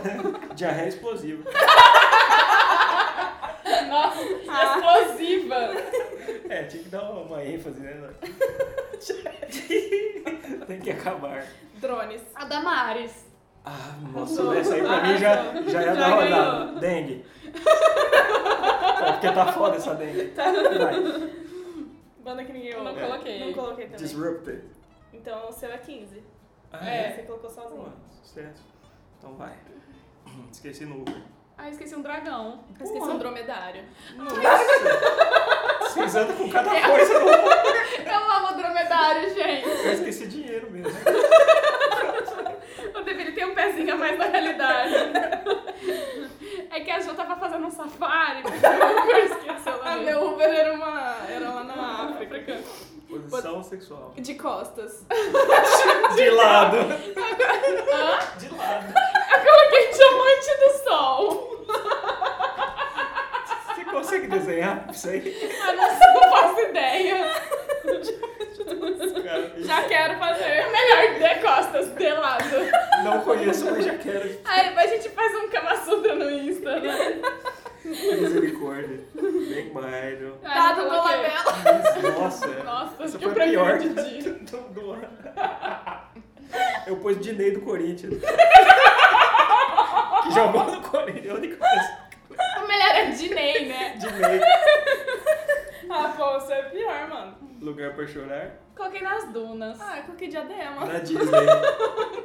Speaker 2: Diarreia explosiva.
Speaker 1: Nossa, Ah. explosiva.
Speaker 2: É, tinha que dar uma ênfase, né? Tem que acabar.
Speaker 1: Drones. A Damares.
Speaker 2: Ah, nossa, essa aí pra mim já, já é
Speaker 1: Já
Speaker 2: da rodada. Dengue. É porque tá foda essa dengue. Vai.
Speaker 1: Banda que ninguém ouve.
Speaker 2: É.
Speaker 1: Não coloquei também.
Speaker 2: Disrupted.
Speaker 1: Então o seu é 15.
Speaker 2: Ah,
Speaker 1: é, você colocou sozinho.
Speaker 2: Boa, Sucesso. Então vai. Hum, Esqueci no Uber.
Speaker 3: Ah, esqueci um dragão.
Speaker 1: Eu esqueci um dromedário.
Speaker 2: Nossa! É. Vocês andam com cada coisa no Uber.
Speaker 1: Eu amo dromedário, gente.
Speaker 2: Eu esqueci dinheiro mesmo. né?
Speaker 1: Eu deveria ter um pezinho a mais na realidade. É que a Ju tava fazendo um safari, porque o Uber esqueceu lá.
Speaker 3: Ah,
Speaker 1: dentro.
Speaker 3: meu Uber era uma. Era lá na África.
Speaker 2: Posição sexual.
Speaker 1: De costas.
Speaker 2: De lado. De lado.
Speaker 1: Eu coloquei diamante do sol.
Speaker 2: Você consegue desenhar isso aí?
Speaker 1: Eu não, não faço ideia.
Speaker 2: Cara, isso-
Speaker 1: Já quero fazer. É Melhor de costas, de lado.
Speaker 2: Não conheço, mas já quero.
Speaker 1: Aí depois a gente faz um Kama Sutra no Insta, né?
Speaker 2: Misericórdia. Bem mais.
Speaker 3: Dado
Speaker 1: Ai, não
Speaker 3: Tá do
Speaker 1: coloquei.
Speaker 3: labelo.
Speaker 2: Nossa. é.
Speaker 1: Nossa,
Speaker 2: Essa
Speaker 1: acho que eu
Speaker 2: foi a pior
Speaker 1: prefiro Didi.
Speaker 2: do, do, do ano. Eu pus Dinei do Corinthians. que jogou no Corinthians. É a única coisa.
Speaker 1: O melhor é Diney, né?
Speaker 2: Dinei.
Speaker 1: Ah, pô, você é pior, mano.
Speaker 2: Lugar pra chorar?
Speaker 1: Coloquei nas dunas.
Speaker 3: Ah, eu coloquei diadema.
Speaker 2: Na Disney.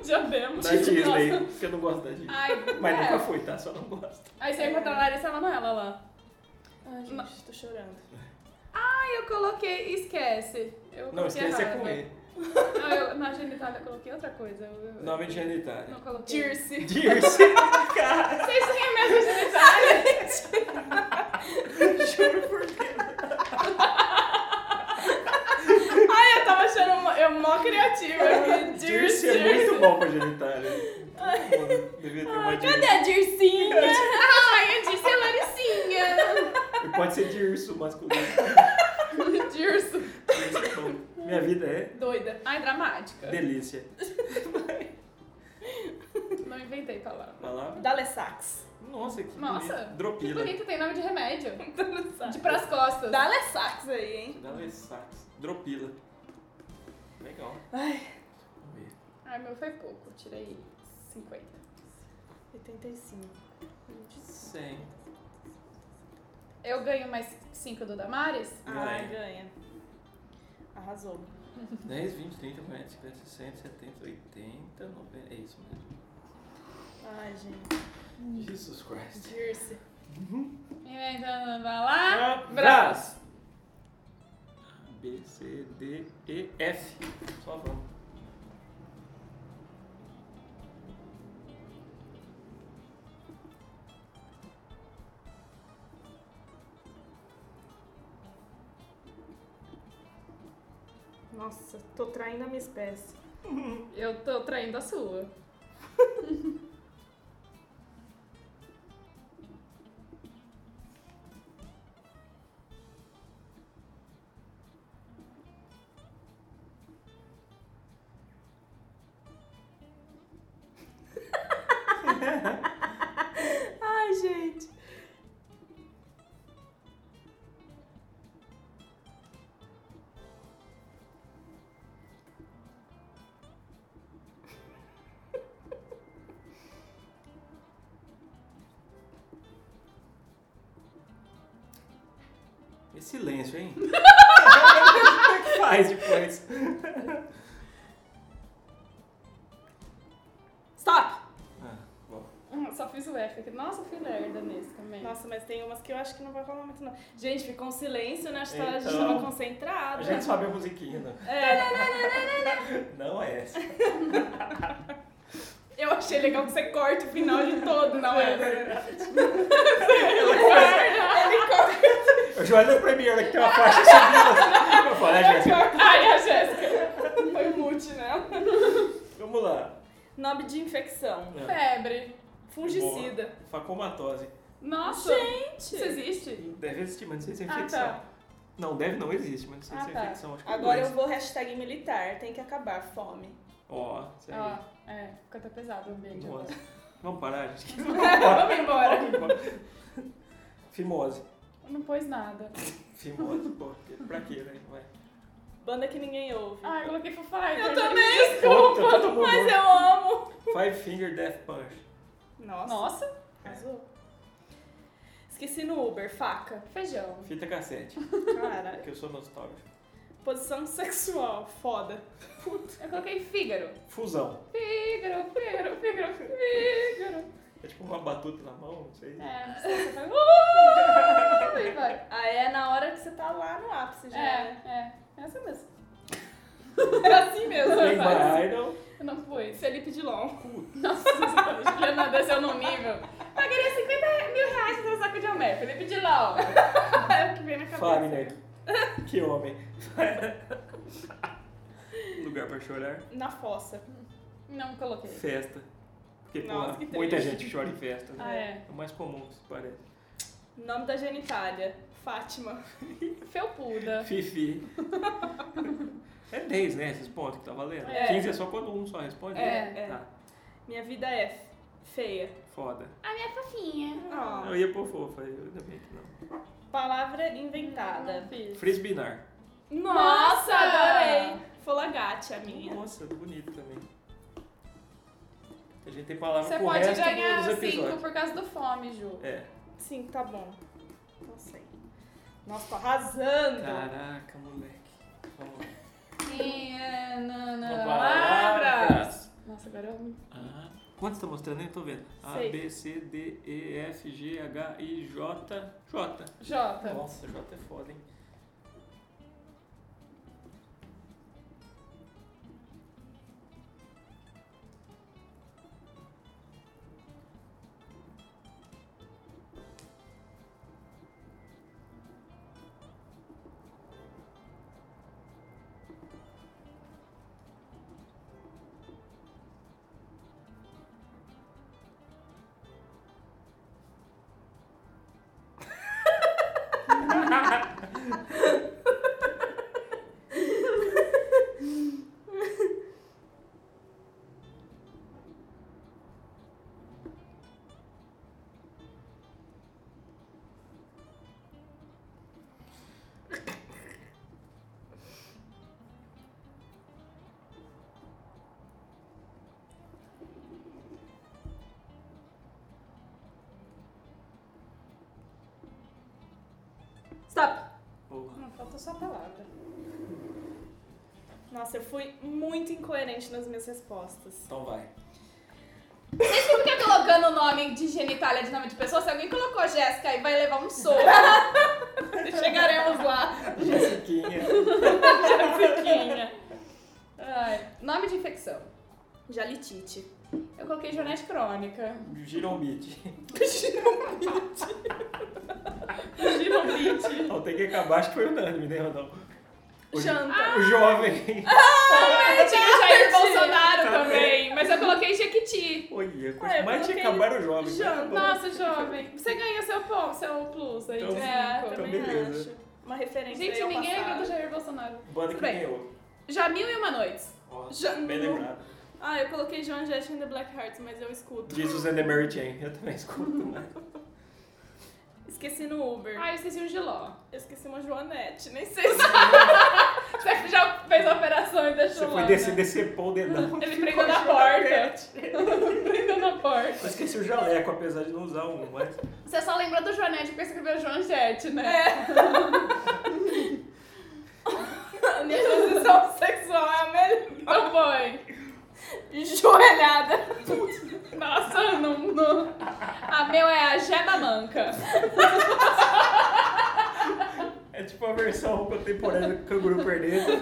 Speaker 1: Diadema.
Speaker 2: Na Disney. Porque eu não gosto da Disney.
Speaker 1: Ai,
Speaker 2: Mas
Speaker 1: é.
Speaker 2: nunca fui, tá? Só não gosto.
Speaker 1: Aí você encontra a Larissa lá ela lá.
Speaker 3: Ai, gente, tô chorando.
Speaker 1: Ai, eu coloquei. Esquece. Eu
Speaker 2: Não,
Speaker 1: coloquei
Speaker 2: esquece é
Speaker 1: errado.
Speaker 2: com E.
Speaker 1: Ah, eu, na genitália eu coloquei outra coisa. Eu, eu-
Speaker 2: Nome de genitália.
Speaker 1: Não coloquei. Ah,
Speaker 3: Tirse.
Speaker 2: Dirce.
Speaker 1: Vocês têm a mesma genitália?
Speaker 2: Juro por Deus.
Speaker 1: Ai, eu tava achando mó- eu mó criativa. aqui.
Speaker 2: Dirce é muito bom pra genitália. Pô, Devia ter uma
Speaker 1: Cadê
Speaker 2: Dirce.
Speaker 1: a Dircinha? Ai, a Dirce é Laricinha.
Speaker 2: E Pode ser Dirso masculino.
Speaker 1: Dirce.
Speaker 2: Dirce é bom. Minha vida é
Speaker 1: Doida. Ai, dramática.
Speaker 2: delícia.
Speaker 1: Não inventei palavra.
Speaker 2: Palavra.
Speaker 3: Dalessax.
Speaker 2: Nossa, que
Speaker 1: Nossa,
Speaker 2: bonito.
Speaker 1: Que
Speaker 2: Dropila.
Speaker 1: bonito, tem nome de remédio.
Speaker 3: Tá.
Speaker 1: De pras costas.
Speaker 3: Dalessax aí, hein?
Speaker 2: Dá sax. Dropila. Legal.
Speaker 3: Ai,
Speaker 2: Vamos ver.
Speaker 1: Ai, meu foi pouco. Tirei 50.
Speaker 3: 85.
Speaker 2: 100.
Speaker 1: Eu ganho mais 5 do Damares?
Speaker 3: Ai,
Speaker 2: Ganha.
Speaker 3: ganha. Arrasou.
Speaker 2: 10, 20, 30, 40, 50, 60, 70, 80, 90. É isso mesmo.
Speaker 3: Ai, gente.
Speaker 2: Jesus Christ.
Speaker 3: Dirce.
Speaker 1: Quem vai entrando então, vai lá?
Speaker 2: Brás! Ah, A, B, C, D, E, F. Só vamos.
Speaker 3: Nossa, tô traindo a minha espécie.
Speaker 1: Eu tô traindo a sua.
Speaker 3: Ai, gente.
Speaker 2: Esse silêncio, hein? O que faz depois?
Speaker 3: Stop!
Speaker 2: Ah, bom.
Speaker 1: Ah, Só fiz o F aqui. Nossa, fui lerda nesse
Speaker 2: É.
Speaker 1: também.
Speaker 3: Nossa, mas tem umas que eu acho que não vai rolar muito, não. Gente, ficou um silêncio, né? Acho que a gente
Speaker 2: Então.
Speaker 3: tava
Speaker 2: A
Speaker 3: concentrada.
Speaker 2: gente sabe a musiquinha, né?
Speaker 3: É,
Speaker 2: Não é essa.
Speaker 3: eu achei legal que você corta o final de todo, não é?
Speaker 2: Eu já olhei pra mim, olha que tem uma faixa subindo. Eu falei, ah, Jéssica,
Speaker 3: Ai, a Jéssica. Foi mute, né?
Speaker 2: vamos lá.
Speaker 3: Nome de infecção.
Speaker 1: É.
Speaker 2: Não.
Speaker 1: Febre.
Speaker 3: Fungicida.
Speaker 2: Facomatose.
Speaker 1: Nossa.
Speaker 3: Gente!
Speaker 1: Isso existe?
Speaker 2: Deve existir, mas não sei se é
Speaker 1: Ah,
Speaker 2: infecção.
Speaker 1: tá.
Speaker 2: Não, deve não existe, mas não sei
Speaker 1: Ah,
Speaker 2: se é
Speaker 1: tá.
Speaker 2: infecção. Acho que é
Speaker 3: Agora eu
Speaker 2: doença.
Speaker 3: vou hashtag militar. Tem que acabar, fome.
Speaker 2: Ó, isso aí.
Speaker 1: Ó, é, ficou até pesado o ambiente.
Speaker 2: Nossa.
Speaker 1: agora.
Speaker 2: Vamos parar, gente.
Speaker 1: Vamos embora.
Speaker 2: Fimose.
Speaker 1: Não pôs nada.
Speaker 2: Fimose, pô. que- Pra quê, né? Vai.
Speaker 3: Banda que ninguém ouve.
Speaker 1: Ah, eu coloquei Foo Fighters.
Speaker 3: eu também,
Speaker 2: Puta, todo
Speaker 3: desculpa,
Speaker 2: mundo
Speaker 3: mas
Speaker 2: ouve.
Speaker 3: eu amo.
Speaker 2: Five Finger Death Punch.
Speaker 3: Nossa.
Speaker 1: Nossa.
Speaker 3: Arrasou. Esqueci no Uber, faca.
Speaker 1: Feijão.
Speaker 2: Fita cassete.
Speaker 3: Cara,
Speaker 2: Que eu sou nostálgico.
Speaker 3: posição sexual, foda.
Speaker 1: Eu coloquei fígaro.
Speaker 2: Fusão.
Speaker 1: Fígaro, fígaro, fígaro, fígaro.
Speaker 2: É tipo uma batuta na mão, não sei.
Speaker 1: É, você foi... Uh, e vai.
Speaker 3: Aí é na hora que você tá lá no ápice já. né?
Speaker 1: É, é. É assim mesmo. É assim mesmo.
Speaker 2: Big
Speaker 1: rapaz.
Speaker 2: My Idol.
Speaker 1: Eu não fui.
Speaker 3: Felipe Dilon.
Speaker 1: Nossa, Juliana desceu num nível. Pagaria 50 mil reais pra saco de Homer. Felipe Dilão.
Speaker 3: é o que vem na cabeça.
Speaker 2: Fagner. né? Que homem. Lugar pra chorar.
Speaker 3: Na fossa.
Speaker 1: Não coloquei.
Speaker 2: Festa. Porque,
Speaker 3: Nossa,
Speaker 2: porra,
Speaker 3: que
Speaker 2: muita
Speaker 3: triste.
Speaker 2: gente chora em festa, né?
Speaker 1: Ah, é.
Speaker 2: É o mais comum que se parece.
Speaker 3: Nome da genitália, Fátima.
Speaker 1: Felpuda.
Speaker 2: Fifi. É 10, né? Esses pontos que tá valendo.
Speaker 1: É.
Speaker 2: 15 é só quando um só responde. né?
Speaker 3: É.
Speaker 2: Tá.
Speaker 3: Minha vida é f- feia.
Speaker 2: Foda.
Speaker 1: A minha é fofinha.
Speaker 3: Ah.
Speaker 2: Eu ia pôr fofa, eu ainda bem que não.
Speaker 3: Palavra inventada.
Speaker 1: Fiz.
Speaker 2: Frisbinar.
Speaker 3: Nossa,
Speaker 1: Nossa!
Speaker 3: adorei! Folagate, a É minha.
Speaker 2: Nossa, bonito também. A gente tem palavra
Speaker 1: Você
Speaker 2: pro
Speaker 1: pode
Speaker 2: resto
Speaker 1: ganhar
Speaker 2: dos
Speaker 1: 5
Speaker 2: episódios.
Speaker 1: por causa do fome, Ju.
Speaker 2: É.
Speaker 3: Sim, tá bom. Não sei. Nossa, tô arrasando.
Speaker 2: Caraca, moleque. Vamos lá.
Speaker 1: Minha
Speaker 2: Uma
Speaker 1: nana-
Speaker 2: palavra.
Speaker 1: palavras. Nossa, agora eu.
Speaker 2: Ah, quantos tá mostrando? Eu tô vendo. A,
Speaker 3: Sei.
Speaker 2: B, C, D, E, F, G, H, I, J. J.
Speaker 3: Tá.
Speaker 1: Jota.
Speaker 2: Nossa, J é foda, hein?
Speaker 3: Stop.
Speaker 2: Boa.
Speaker 3: Hum. Não, falta só a palavra. Nossa, eu fui muito incoerente nas minhas respostas.
Speaker 2: Então vai.
Speaker 1: Vocês ficam colocando o nome de genitália de nome de pessoa. Se alguém colocou Jéssica aí, vai levar um soco. Chegaremos lá.
Speaker 2: Jessiquinha.
Speaker 3: Fiquinha.
Speaker 1: Ai, nome de infecção.
Speaker 3: Jalitite.
Speaker 1: Eu coloquei jornais crônica.
Speaker 2: Girombite.
Speaker 3: Girovite.
Speaker 2: Não, tem que acabar, acho que foi unânime, né, Rodão? O, jo-
Speaker 3: Janta.
Speaker 2: o jovem.
Speaker 1: Eu tinha Jair
Speaker 3: verdade.
Speaker 1: Bolsonaro também, mas eu coloquei Jequiti.
Speaker 2: Olha, a
Speaker 3: Ué,
Speaker 2: coisa
Speaker 3: eu
Speaker 2: mais tinha que acabar era o jovem.
Speaker 3: Janta.
Speaker 2: Tá bom.
Speaker 1: Nossa, jovem. Você ganha seu pão, seu plus aí. né?
Speaker 2: Então,
Speaker 1: de
Speaker 3: É, também
Speaker 1: cinco.
Speaker 3: acho.
Speaker 2: beleza.
Speaker 3: Uma referência aí
Speaker 1: Gente,
Speaker 3: ao
Speaker 1: ninguém
Speaker 3: passado.
Speaker 1: lembra do Jair Bolsonaro.
Speaker 2: Banda que
Speaker 1: Tudo bem.
Speaker 2: ganhou.
Speaker 1: Jamil e uma noite.
Speaker 2: Ó,
Speaker 3: Já-
Speaker 2: Bem
Speaker 3: não.
Speaker 2: lembrado.
Speaker 3: Ah, eu coloquei Joan Jett and the Black Hearts, mas eu escuto.
Speaker 2: Jesus and the Mary Jane. Eu também escuto, né?
Speaker 3: Esqueci no Uber.
Speaker 1: Ah, eu esqueci um giló.
Speaker 3: Eu esqueci uma Joanete, nem sei se...
Speaker 1: Você já fez a operação e deixou
Speaker 2: Você
Speaker 1: lá.
Speaker 2: foi
Speaker 1: né?
Speaker 2: descer, decepou o dedão.
Speaker 1: Ele prendeu na porta. prendeu na
Speaker 2: Eu
Speaker 1: porta.
Speaker 2: esqueci o jaleco, apesar de não usar um, mas.
Speaker 1: Você só lembrou do Joanete porque escreveu Joanete, né?
Speaker 3: Minha transição sexual é a melhor.
Speaker 1: Então foi.
Speaker 3: Joelhada.
Speaker 1: Nossa, não, não. A meu é a Jeba Manca.
Speaker 2: É tipo a versão contemporânea do canguru perdendo.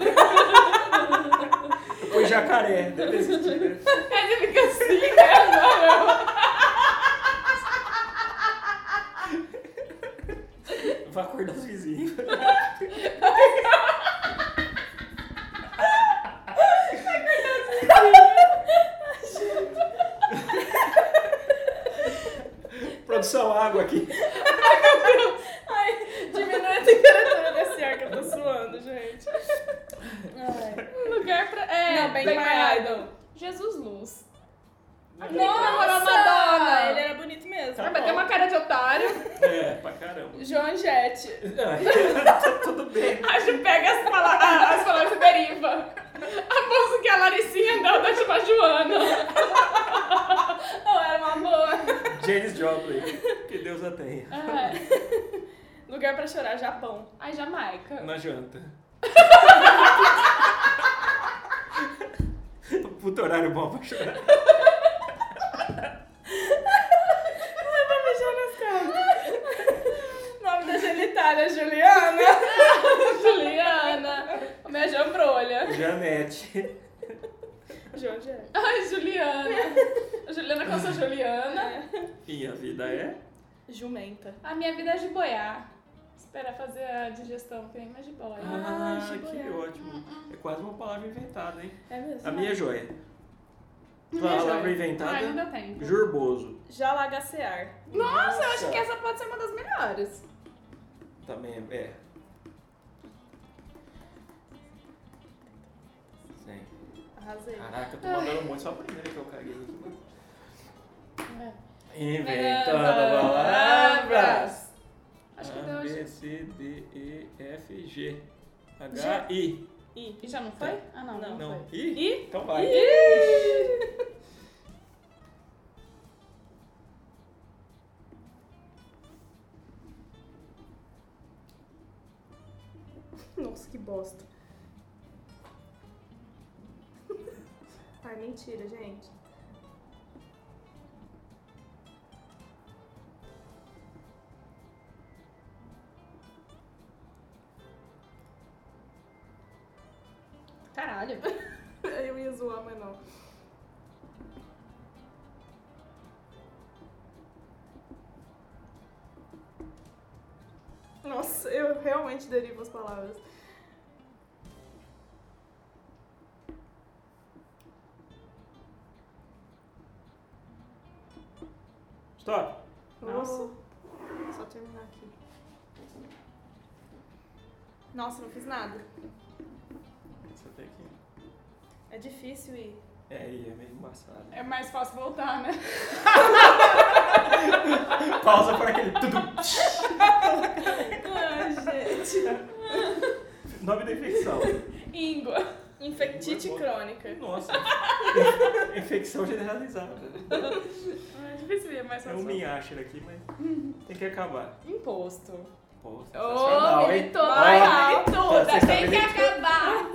Speaker 2: Depois jacaré, deve existir, né?
Speaker 1: Ele fica assim, né? Não, não.
Speaker 2: Vai acordar os vizinhos. Produção água aqui.
Speaker 3: Ai, diminui a temperatura desse ar que eu tô suando, gente. Ai.
Speaker 1: Um lugar pra. É,
Speaker 3: Não, Bang My Idol.
Speaker 1: Jesus Luz.
Speaker 3: Ele
Speaker 1: Não, namorou Madonna.
Speaker 3: Ele era bonito mesmo.
Speaker 2: Tá
Speaker 1: Ah, mas tem uma cara de otário.
Speaker 2: É, pra caramba.
Speaker 3: Joan Jett.
Speaker 2: Ah, Tudo bem.
Speaker 1: Acho pega as palavras, as palavras deriva. A moça que é a Laricinha não da chama Joana.
Speaker 3: Não, era uma boa.
Speaker 2: Janis Joplin. Que Deus a tenha.
Speaker 1: Ai,
Speaker 3: Lugar pra chorar, Japão.
Speaker 1: Ai, Jamaica.
Speaker 2: Na janta. Puto horário bom pra chorar.
Speaker 3: Ai, vou mijar nas cartas. Nome da genitália, Juliana.
Speaker 1: Juliana. A minha jambrolha.
Speaker 2: Janete.
Speaker 3: Joan Jett.
Speaker 1: Ai, Juliana. A Juliana com a sua Juliana.
Speaker 2: E a vida é?
Speaker 3: Jumenta.
Speaker 1: A minha vida é de boiar. Esperar fazer a digestão, tem mais de boia.
Speaker 2: Ah,
Speaker 3: de
Speaker 2: que
Speaker 3: boiar.
Speaker 2: ótimo. É quase uma palavra inventada, hein?
Speaker 3: É mesmo?
Speaker 2: A minha é joia.
Speaker 1: Minha
Speaker 2: Palavra
Speaker 1: joia.
Speaker 2: inventada.
Speaker 1: Ai, não deu tempo.
Speaker 2: Jurboso.
Speaker 3: Jalagacear.
Speaker 1: Nossa, eu acho
Speaker 2: Nossa.
Speaker 1: que é essa pode ser uma das melhores.
Speaker 2: Também é. é. Sim.
Speaker 3: Arrasei.
Speaker 2: Caraca, eu tô mandando muito só a primeira que eu caguei aqui.
Speaker 1: É,
Speaker 2: É. Inventando palavras.
Speaker 1: Acho que
Speaker 2: A,
Speaker 1: deu
Speaker 2: B,
Speaker 1: hoje.
Speaker 2: C, D, E, F, G. H,
Speaker 1: G.
Speaker 2: I.
Speaker 3: I.
Speaker 1: E já não foi? Ah, não.
Speaker 3: Não.
Speaker 2: Tá. Não.
Speaker 1: foi.
Speaker 2: I?
Speaker 3: I.
Speaker 2: Então vai.
Speaker 3: Nossa, que bosta. Ai, Tá, mentira, gente.
Speaker 1: Caralho.
Speaker 3: Eu ia zoar, mas não. Nossa, eu realmente derivo as palavras.
Speaker 2: Stop.
Speaker 3: Nossa. Só terminar aqui. Nossa, não fiz nada.
Speaker 2: Você tem que...
Speaker 3: É difícil ir.
Speaker 2: É, I é meio embaçado.
Speaker 1: É mais fácil voltar, né?
Speaker 2: Pausa para aquele... tudo.
Speaker 3: Ai, gente.
Speaker 2: Nome da infecção.
Speaker 1: Íngua.
Speaker 3: Infectite
Speaker 2: é
Speaker 3: crônica.
Speaker 2: Nossa. infecção generalizada.
Speaker 1: É difícil ver mais
Speaker 2: É um
Speaker 1: fácil.
Speaker 2: minhacher aqui, mas tem que acabar.
Speaker 1: Imposto.
Speaker 2: Pô,
Speaker 1: Ô,
Speaker 2: sensacional, hein?
Speaker 1: militou,
Speaker 2: Ó, tá,
Speaker 1: moral
Speaker 2: Nossa,
Speaker 1: toda.
Speaker 2: essa
Speaker 1: Tem que
Speaker 2: militou.
Speaker 1: acabar.
Speaker 2: pô,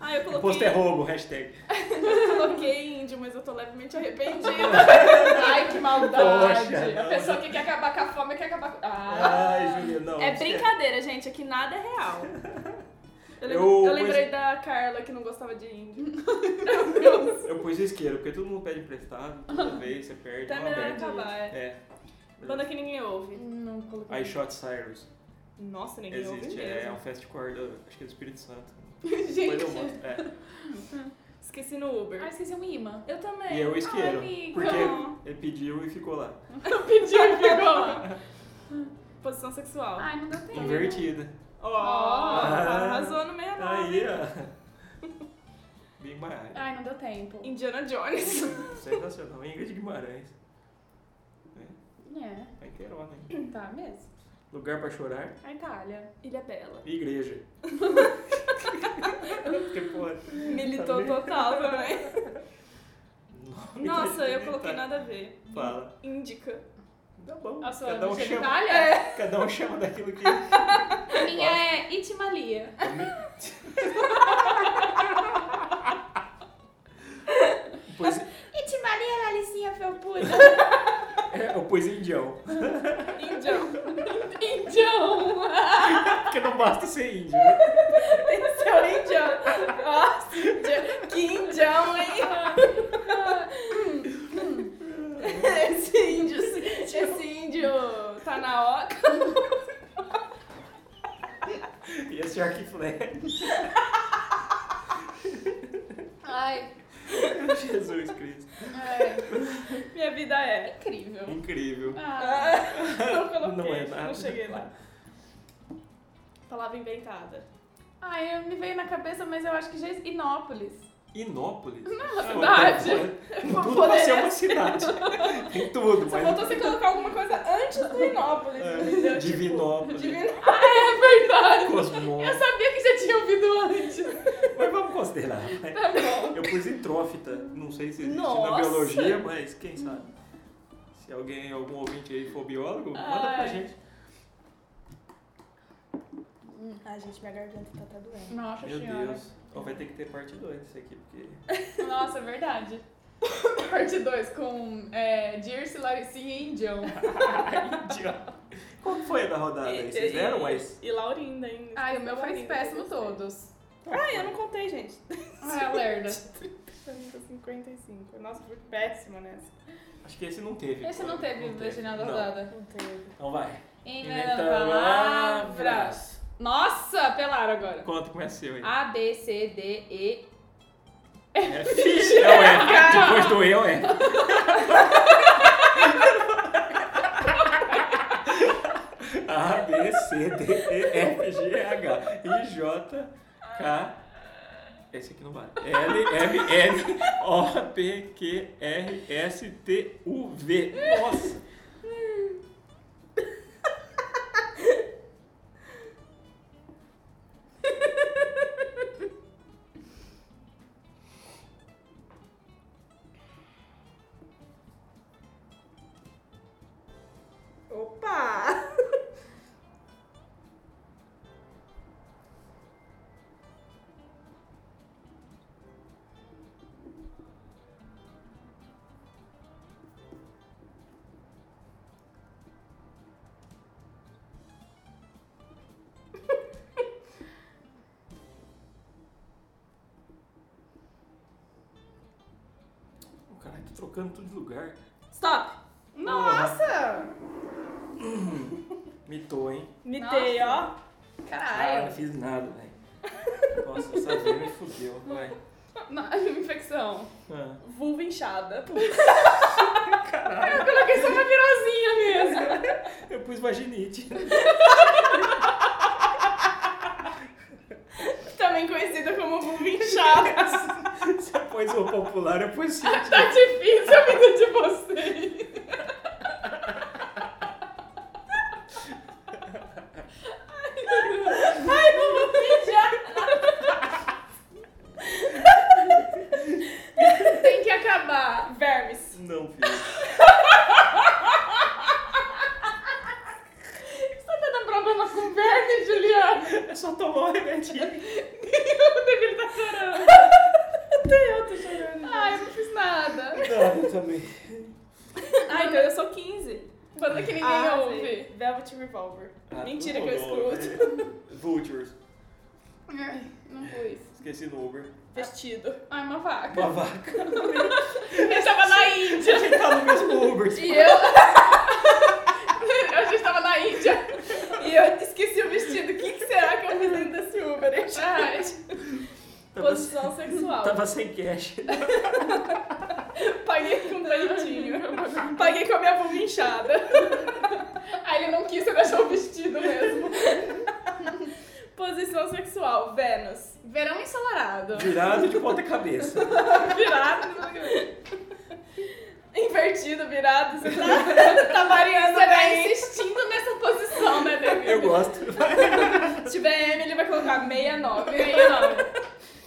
Speaker 3: Ah, eu
Speaker 2: Posto
Speaker 3: coloquei,
Speaker 2: é roubo, hashtag.
Speaker 3: eu coloquei índio, mas eu tô levemente arrependida.
Speaker 1: Ai, que maldade.
Speaker 2: Poxa.
Speaker 1: A pessoa que quer acabar com a fome quer acabar com. Ah.
Speaker 2: Ai, Julia, não.
Speaker 3: É
Speaker 2: esquece.
Speaker 3: brincadeira, gente, aqui nada é real. Eu, lem-
Speaker 2: Eu-
Speaker 3: eu lembrei da Carla que não gostava de índio.
Speaker 2: Eu pus isqueiro, porque todo mundo pede emprestado, toda vez você perde.
Speaker 3: Então é
Speaker 2: uma
Speaker 3: melhor
Speaker 2: merda.
Speaker 3: acabar. é.
Speaker 2: É.
Speaker 3: Banda que ninguém ouve.
Speaker 1: É. Não coloquei.
Speaker 2: I Shot Cyrus.
Speaker 3: Nossa, ninguém ouve
Speaker 2: Existe, é, é um
Speaker 3: mesmo.
Speaker 2: fest corda, acho que é do Espírito Santo. Depois eu
Speaker 1: Gente.
Speaker 2: mostro. É.
Speaker 3: Esqueci no Uber.
Speaker 1: Ah, esqueci um imã.
Speaker 3: Eu também.
Speaker 2: E é o isqueiro.
Speaker 3: Ai, amigo.
Speaker 2: Porque ele pediu e ficou lá.
Speaker 3: Pediu
Speaker 1: um
Speaker 3: e pegou lá. Posição sexual.
Speaker 1: Ai, não deu tempo.
Speaker 2: Invertida.
Speaker 3: Ó,
Speaker 1: Ah.
Speaker 3: arrasou no meio
Speaker 2: Tá Aí, ó. Bem barato.
Speaker 1: Ai, não deu tempo.
Speaker 3: Indiana Jones.
Speaker 2: Sensacional. Ingrid Guimarães.
Speaker 1: É,
Speaker 2: Vai ter hora, hein?
Speaker 1: tá mesmo.
Speaker 2: Lugar pra chorar.
Speaker 1: A Itália.
Speaker 3: Ilha
Speaker 2: Tá
Speaker 3: Bela.
Speaker 2: Igreja. que porra.
Speaker 3: Militou total também.
Speaker 2: Nome
Speaker 3: Nossa,
Speaker 2: da
Speaker 3: eu
Speaker 2: igreja.
Speaker 3: coloquei nada a ver.
Speaker 2: tá, Fala.
Speaker 3: Indica.
Speaker 2: Tá bom.
Speaker 1: A sua
Speaker 2: Cada um,
Speaker 1: bicha de
Speaker 2: chama,
Speaker 1: Itália?
Speaker 2: cada um chama daquilo que.
Speaker 1: A minha é Itimalia.
Speaker 2: Pois,
Speaker 1: Itimalia era Alicinha Felpuda.
Speaker 2: é, eu pus indião.
Speaker 3: Indião.
Speaker 1: Então,
Speaker 2: Porque não basta ser índio, né?
Speaker 1: é
Speaker 3: Seu Indião. Nossa, Indião. Que Indião, hein? Esse índio, esse esse índio tá na oca.
Speaker 2: E esse arco e flecha.
Speaker 1: ai,
Speaker 2: Jesus Cristo.
Speaker 1: ai,
Speaker 3: Minha vida é.
Speaker 1: incrível.
Speaker 2: Incrível.
Speaker 3: Ah,
Speaker 1: Ah,
Speaker 3: não coloquei,
Speaker 2: Não é nada.
Speaker 3: não cheguei lá. Palavra inventada.
Speaker 1: ai, eu- me veio na cabeça, mas eu acho que já é Inópolis.
Speaker 2: Inópolis?
Speaker 3: é
Speaker 1: cidade.
Speaker 2: Tem tudo pra ser uma cidade. Tem tudo,
Speaker 3: Só
Speaker 2: mas.
Speaker 3: faltou você colocar alguma coisa antes do Inópolis, entendeu?
Speaker 2: É,
Speaker 3: Tipo,
Speaker 2: Divinópolis.
Speaker 3: Divino-
Speaker 1: Ah, é verdade. Eu
Speaker 2: Cosmópolis.
Speaker 1: sabia que já tinha ouvido antes.
Speaker 2: Mas vamos considerar. né?
Speaker 1: Tá bom.
Speaker 2: Eu pus intrófita. Não sei se existe na
Speaker 3: Nossa.
Speaker 2: biologia, mas quem sabe. Se alguém, algum ouvinte aí for biólogo, manda pra
Speaker 3: Ai.
Speaker 2: gente.
Speaker 3: Ai, gente, minha garganta tá até doendo.
Speaker 1: Nossa
Speaker 2: Meu
Speaker 1: senhora.
Speaker 2: Deus. Ó, vai ter que ter parte 2 disso aqui, porque.
Speaker 1: Nossa, é verdade. Parte 2 com é, Dirce, Laricinha e Indião.
Speaker 2: Idiota. Qual que foi a da rodada aí? Vocês deram mais?
Speaker 3: E Laurinda ainda.
Speaker 1: Ai, o meu foi
Speaker 3: Laurinda,
Speaker 1: péssimo
Speaker 3: eu
Speaker 1: todos.
Speaker 3: Ai, Ah, eu não contei, gente.
Speaker 1: Ai, a lerda.
Speaker 3: 55. Nossa, foi péssimo né? nessa.
Speaker 2: Acho que esse não teve.
Speaker 1: Esse não teve original da
Speaker 2: Não.
Speaker 1: rodada.
Speaker 3: Não teve.
Speaker 2: Então vai.
Speaker 1: Inventando palavras. Nossa, pelaram agora.
Speaker 2: Conta como é seu aí.
Speaker 1: A, B, C, D, E.
Speaker 2: É fixe. É o F. Depois do eu é. A, B, C, D, E, F, G, H, I, J, K. Esse aqui não vale. L, M, N, O, P, Q, R, S, T, U, V. Nossa!
Speaker 3: Opa!
Speaker 2: O cara tá trocando tudo de lugar.
Speaker 3: Stop! Nossa!
Speaker 2: Mitou, hein?
Speaker 3: Mitei, ó.
Speaker 2: Ah, não
Speaker 1: Caralho.
Speaker 2: fiz nada, velho. Nossa, essa V me fudeu. Vai.
Speaker 1: Na- Infecção.
Speaker 2: Ah.
Speaker 3: Vulva inchada.
Speaker 1: Eu coloquei só uma virosinha mesmo.
Speaker 2: Eu pus vaginite.
Speaker 3: Também conhecida como vulva inchada.
Speaker 2: Você pôs o popular, eu pus sim.
Speaker 1: Tá difícil a vida de vocês.
Speaker 3: Ai, vulva inchada.
Speaker 1: Tem que acabar.
Speaker 3: Vermes.
Speaker 2: Não, filho.
Speaker 1: Você tá dando problema com
Speaker 2: não tomou o remedinho.
Speaker 1: O Deville tá chorando.
Speaker 2: Até eu tô chorando.
Speaker 1: Ai, eu não fiz nada.
Speaker 2: Não, eu também.
Speaker 3: Ah, então eu sou 15.
Speaker 1: Banda é que ninguém
Speaker 3: Ah,
Speaker 1: ouve.
Speaker 3: sim. Velvet Revolver.
Speaker 2: Ah,
Speaker 3: Mentira
Speaker 2: não
Speaker 3: que eu
Speaker 2: rolou, velho. Vultures.
Speaker 1: Ai, Não pus.
Speaker 2: Esqueci no Uber.
Speaker 3: Vestido.
Speaker 1: Ai, uma vaca.
Speaker 2: Uma vaca.
Speaker 1: Eu tava na
Speaker 2: A
Speaker 1: Índia.
Speaker 2: gente tá no mesmo Uber.
Speaker 1: E eu. A gente tava na Índia.
Speaker 3: E eu esqueci o vestido. O que, que será que eu fiz dentro desse Uber? hein,
Speaker 1: Ai,
Speaker 3: gente?
Speaker 2: Tava,
Speaker 3: Posição sexual.
Speaker 2: tava sem cash.
Speaker 3: Paguei com um peitinho. Paguei com a minha bunda inchada.
Speaker 1: Aí ele não quis, você deixou o vestido mesmo.
Speaker 3: Posição sexual. Vênus.
Speaker 1: Verão ensolarado.
Speaker 2: Virado de ponta cabeça.
Speaker 3: Virado. Invertido, virado. Você tá, tá variando
Speaker 1: Você tá
Speaker 3: bem.
Speaker 1: insistindo nessa posição, né, Deville?
Speaker 2: Eu gosto.
Speaker 3: Se tiver M, ele vai colocar 69.
Speaker 1: Meia não.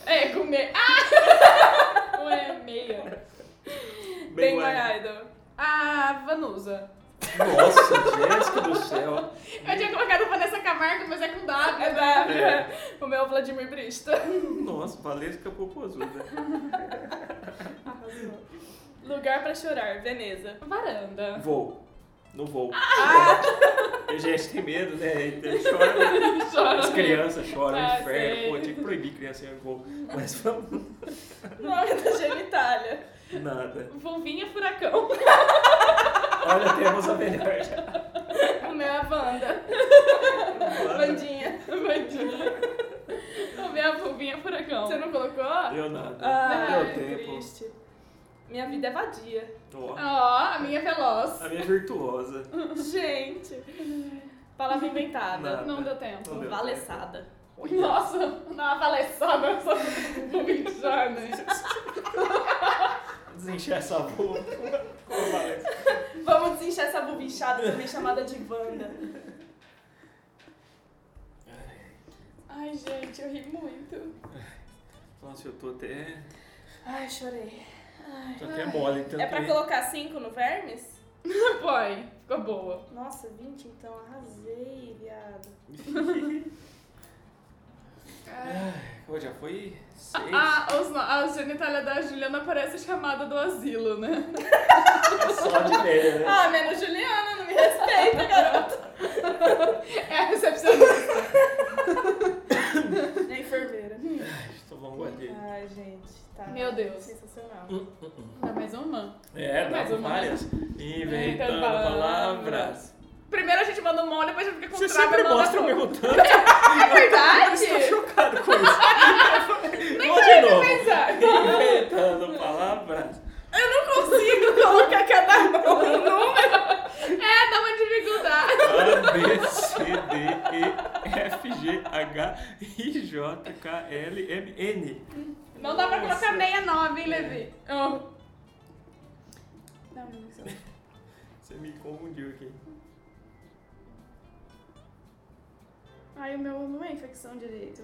Speaker 1: É, com meia. Ah! Não é meia.
Speaker 3: Bem
Speaker 2: mais.
Speaker 3: my idol.
Speaker 1: A Vanusa.
Speaker 2: Nossa, Jéssica do céu.
Speaker 1: Eu tinha colocado Vanessa Camargo, mas é com W.
Speaker 3: É
Speaker 1: né?
Speaker 3: W.
Speaker 2: É.
Speaker 3: O meu é o Vladimir Brista.
Speaker 2: Nossa, Valesca é um Popozuda.
Speaker 3: Lugar pra chorar. Veneza.
Speaker 1: Varanda.
Speaker 2: Vou. Não vou.
Speaker 3: Ah!
Speaker 2: A gente tem medo, né? Então chora. As crianças choram, é um
Speaker 1: Ah,
Speaker 2: inferno.
Speaker 1: sei.
Speaker 2: Pô, tinha que proibir criança em voo. Mas vamos.
Speaker 3: Nome da genitália.
Speaker 2: Nada.
Speaker 1: Volvinha Furacão.
Speaker 2: Olha, temos a melhor já.
Speaker 3: O meu é a Wanda. Vandinha.
Speaker 1: Bandinha. O meu é Volvinha Furacão.
Speaker 3: Você não colocou?
Speaker 2: Eu nada.
Speaker 3: Ah,
Speaker 2: Deu tempo.
Speaker 3: triste. Minha vida é vadia.
Speaker 2: Ó,
Speaker 1: Ó, a minha é veloz.
Speaker 2: a minha é virtuosa.
Speaker 3: Gente. Palavra inventada.
Speaker 2: Nada.
Speaker 1: Não deu tempo.
Speaker 2: Não deu.
Speaker 3: Valesada.
Speaker 1: Nossa, na valessada, eu sou bobinjana.
Speaker 2: Desencher essa boca. Como Valesca.
Speaker 3: Vamos desinchar essa bobinchada também chamada de Wanda.
Speaker 1: Ai, gente, eu ri muito.
Speaker 2: Nossa, eu tô até.
Speaker 3: Ai, chorei.
Speaker 2: Tô até mole, então.
Speaker 3: É pra
Speaker 2: que-
Speaker 3: colocar 5 no Vermes?
Speaker 1: Foi, ficou boa.
Speaker 3: Nossa, 20 então. Arrasei, viado.
Speaker 2: Ai, Hoje já foi seis.
Speaker 1: Ah, os, no- a genitália da Juliana parece chamada do asilo, né?
Speaker 2: É só de velha, né?
Speaker 3: Ah, menos Juliana, não me respeita, garota.
Speaker 1: É a recepcionista.
Speaker 3: É enfermeira.
Speaker 2: Tô bom, guardei.
Speaker 3: Ai, gente, tá.
Speaker 1: Meu Deus.
Speaker 3: Sensacional.
Speaker 1: Dá mais uma.
Speaker 2: É,
Speaker 1: Mais
Speaker 2: dá
Speaker 1: uma,
Speaker 2: várias.
Speaker 1: Inventando
Speaker 2: Inventando palavras.
Speaker 1: Primeiro a gente manda um mole, depois a gente fica com
Speaker 2: Você
Speaker 1: trava e
Speaker 2: sempre
Speaker 1: manda
Speaker 2: mostra o
Speaker 1: outro.
Speaker 2: mesmo tanto. É
Speaker 1: verdade?
Speaker 2: Eu estou chocado com isso.
Speaker 1: Nem
Speaker 2: Vamos
Speaker 1: parei
Speaker 2: de
Speaker 1: pra
Speaker 2: novo.
Speaker 1: pensar.
Speaker 2: Inventando palavras.
Speaker 3: Eu não consigo colocar cada mão um número.
Speaker 1: É, dá uma dificuldade.
Speaker 2: A, B, C, D, E, F, G, H, I, J, K, L, M, N.
Speaker 1: Não dá pra colocar
Speaker 2: Nossa.
Speaker 1: 69, hein, Levi? Oh.
Speaker 2: Você me confundiu aqui.
Speaker 3: Ai, o meu não é infecção direito.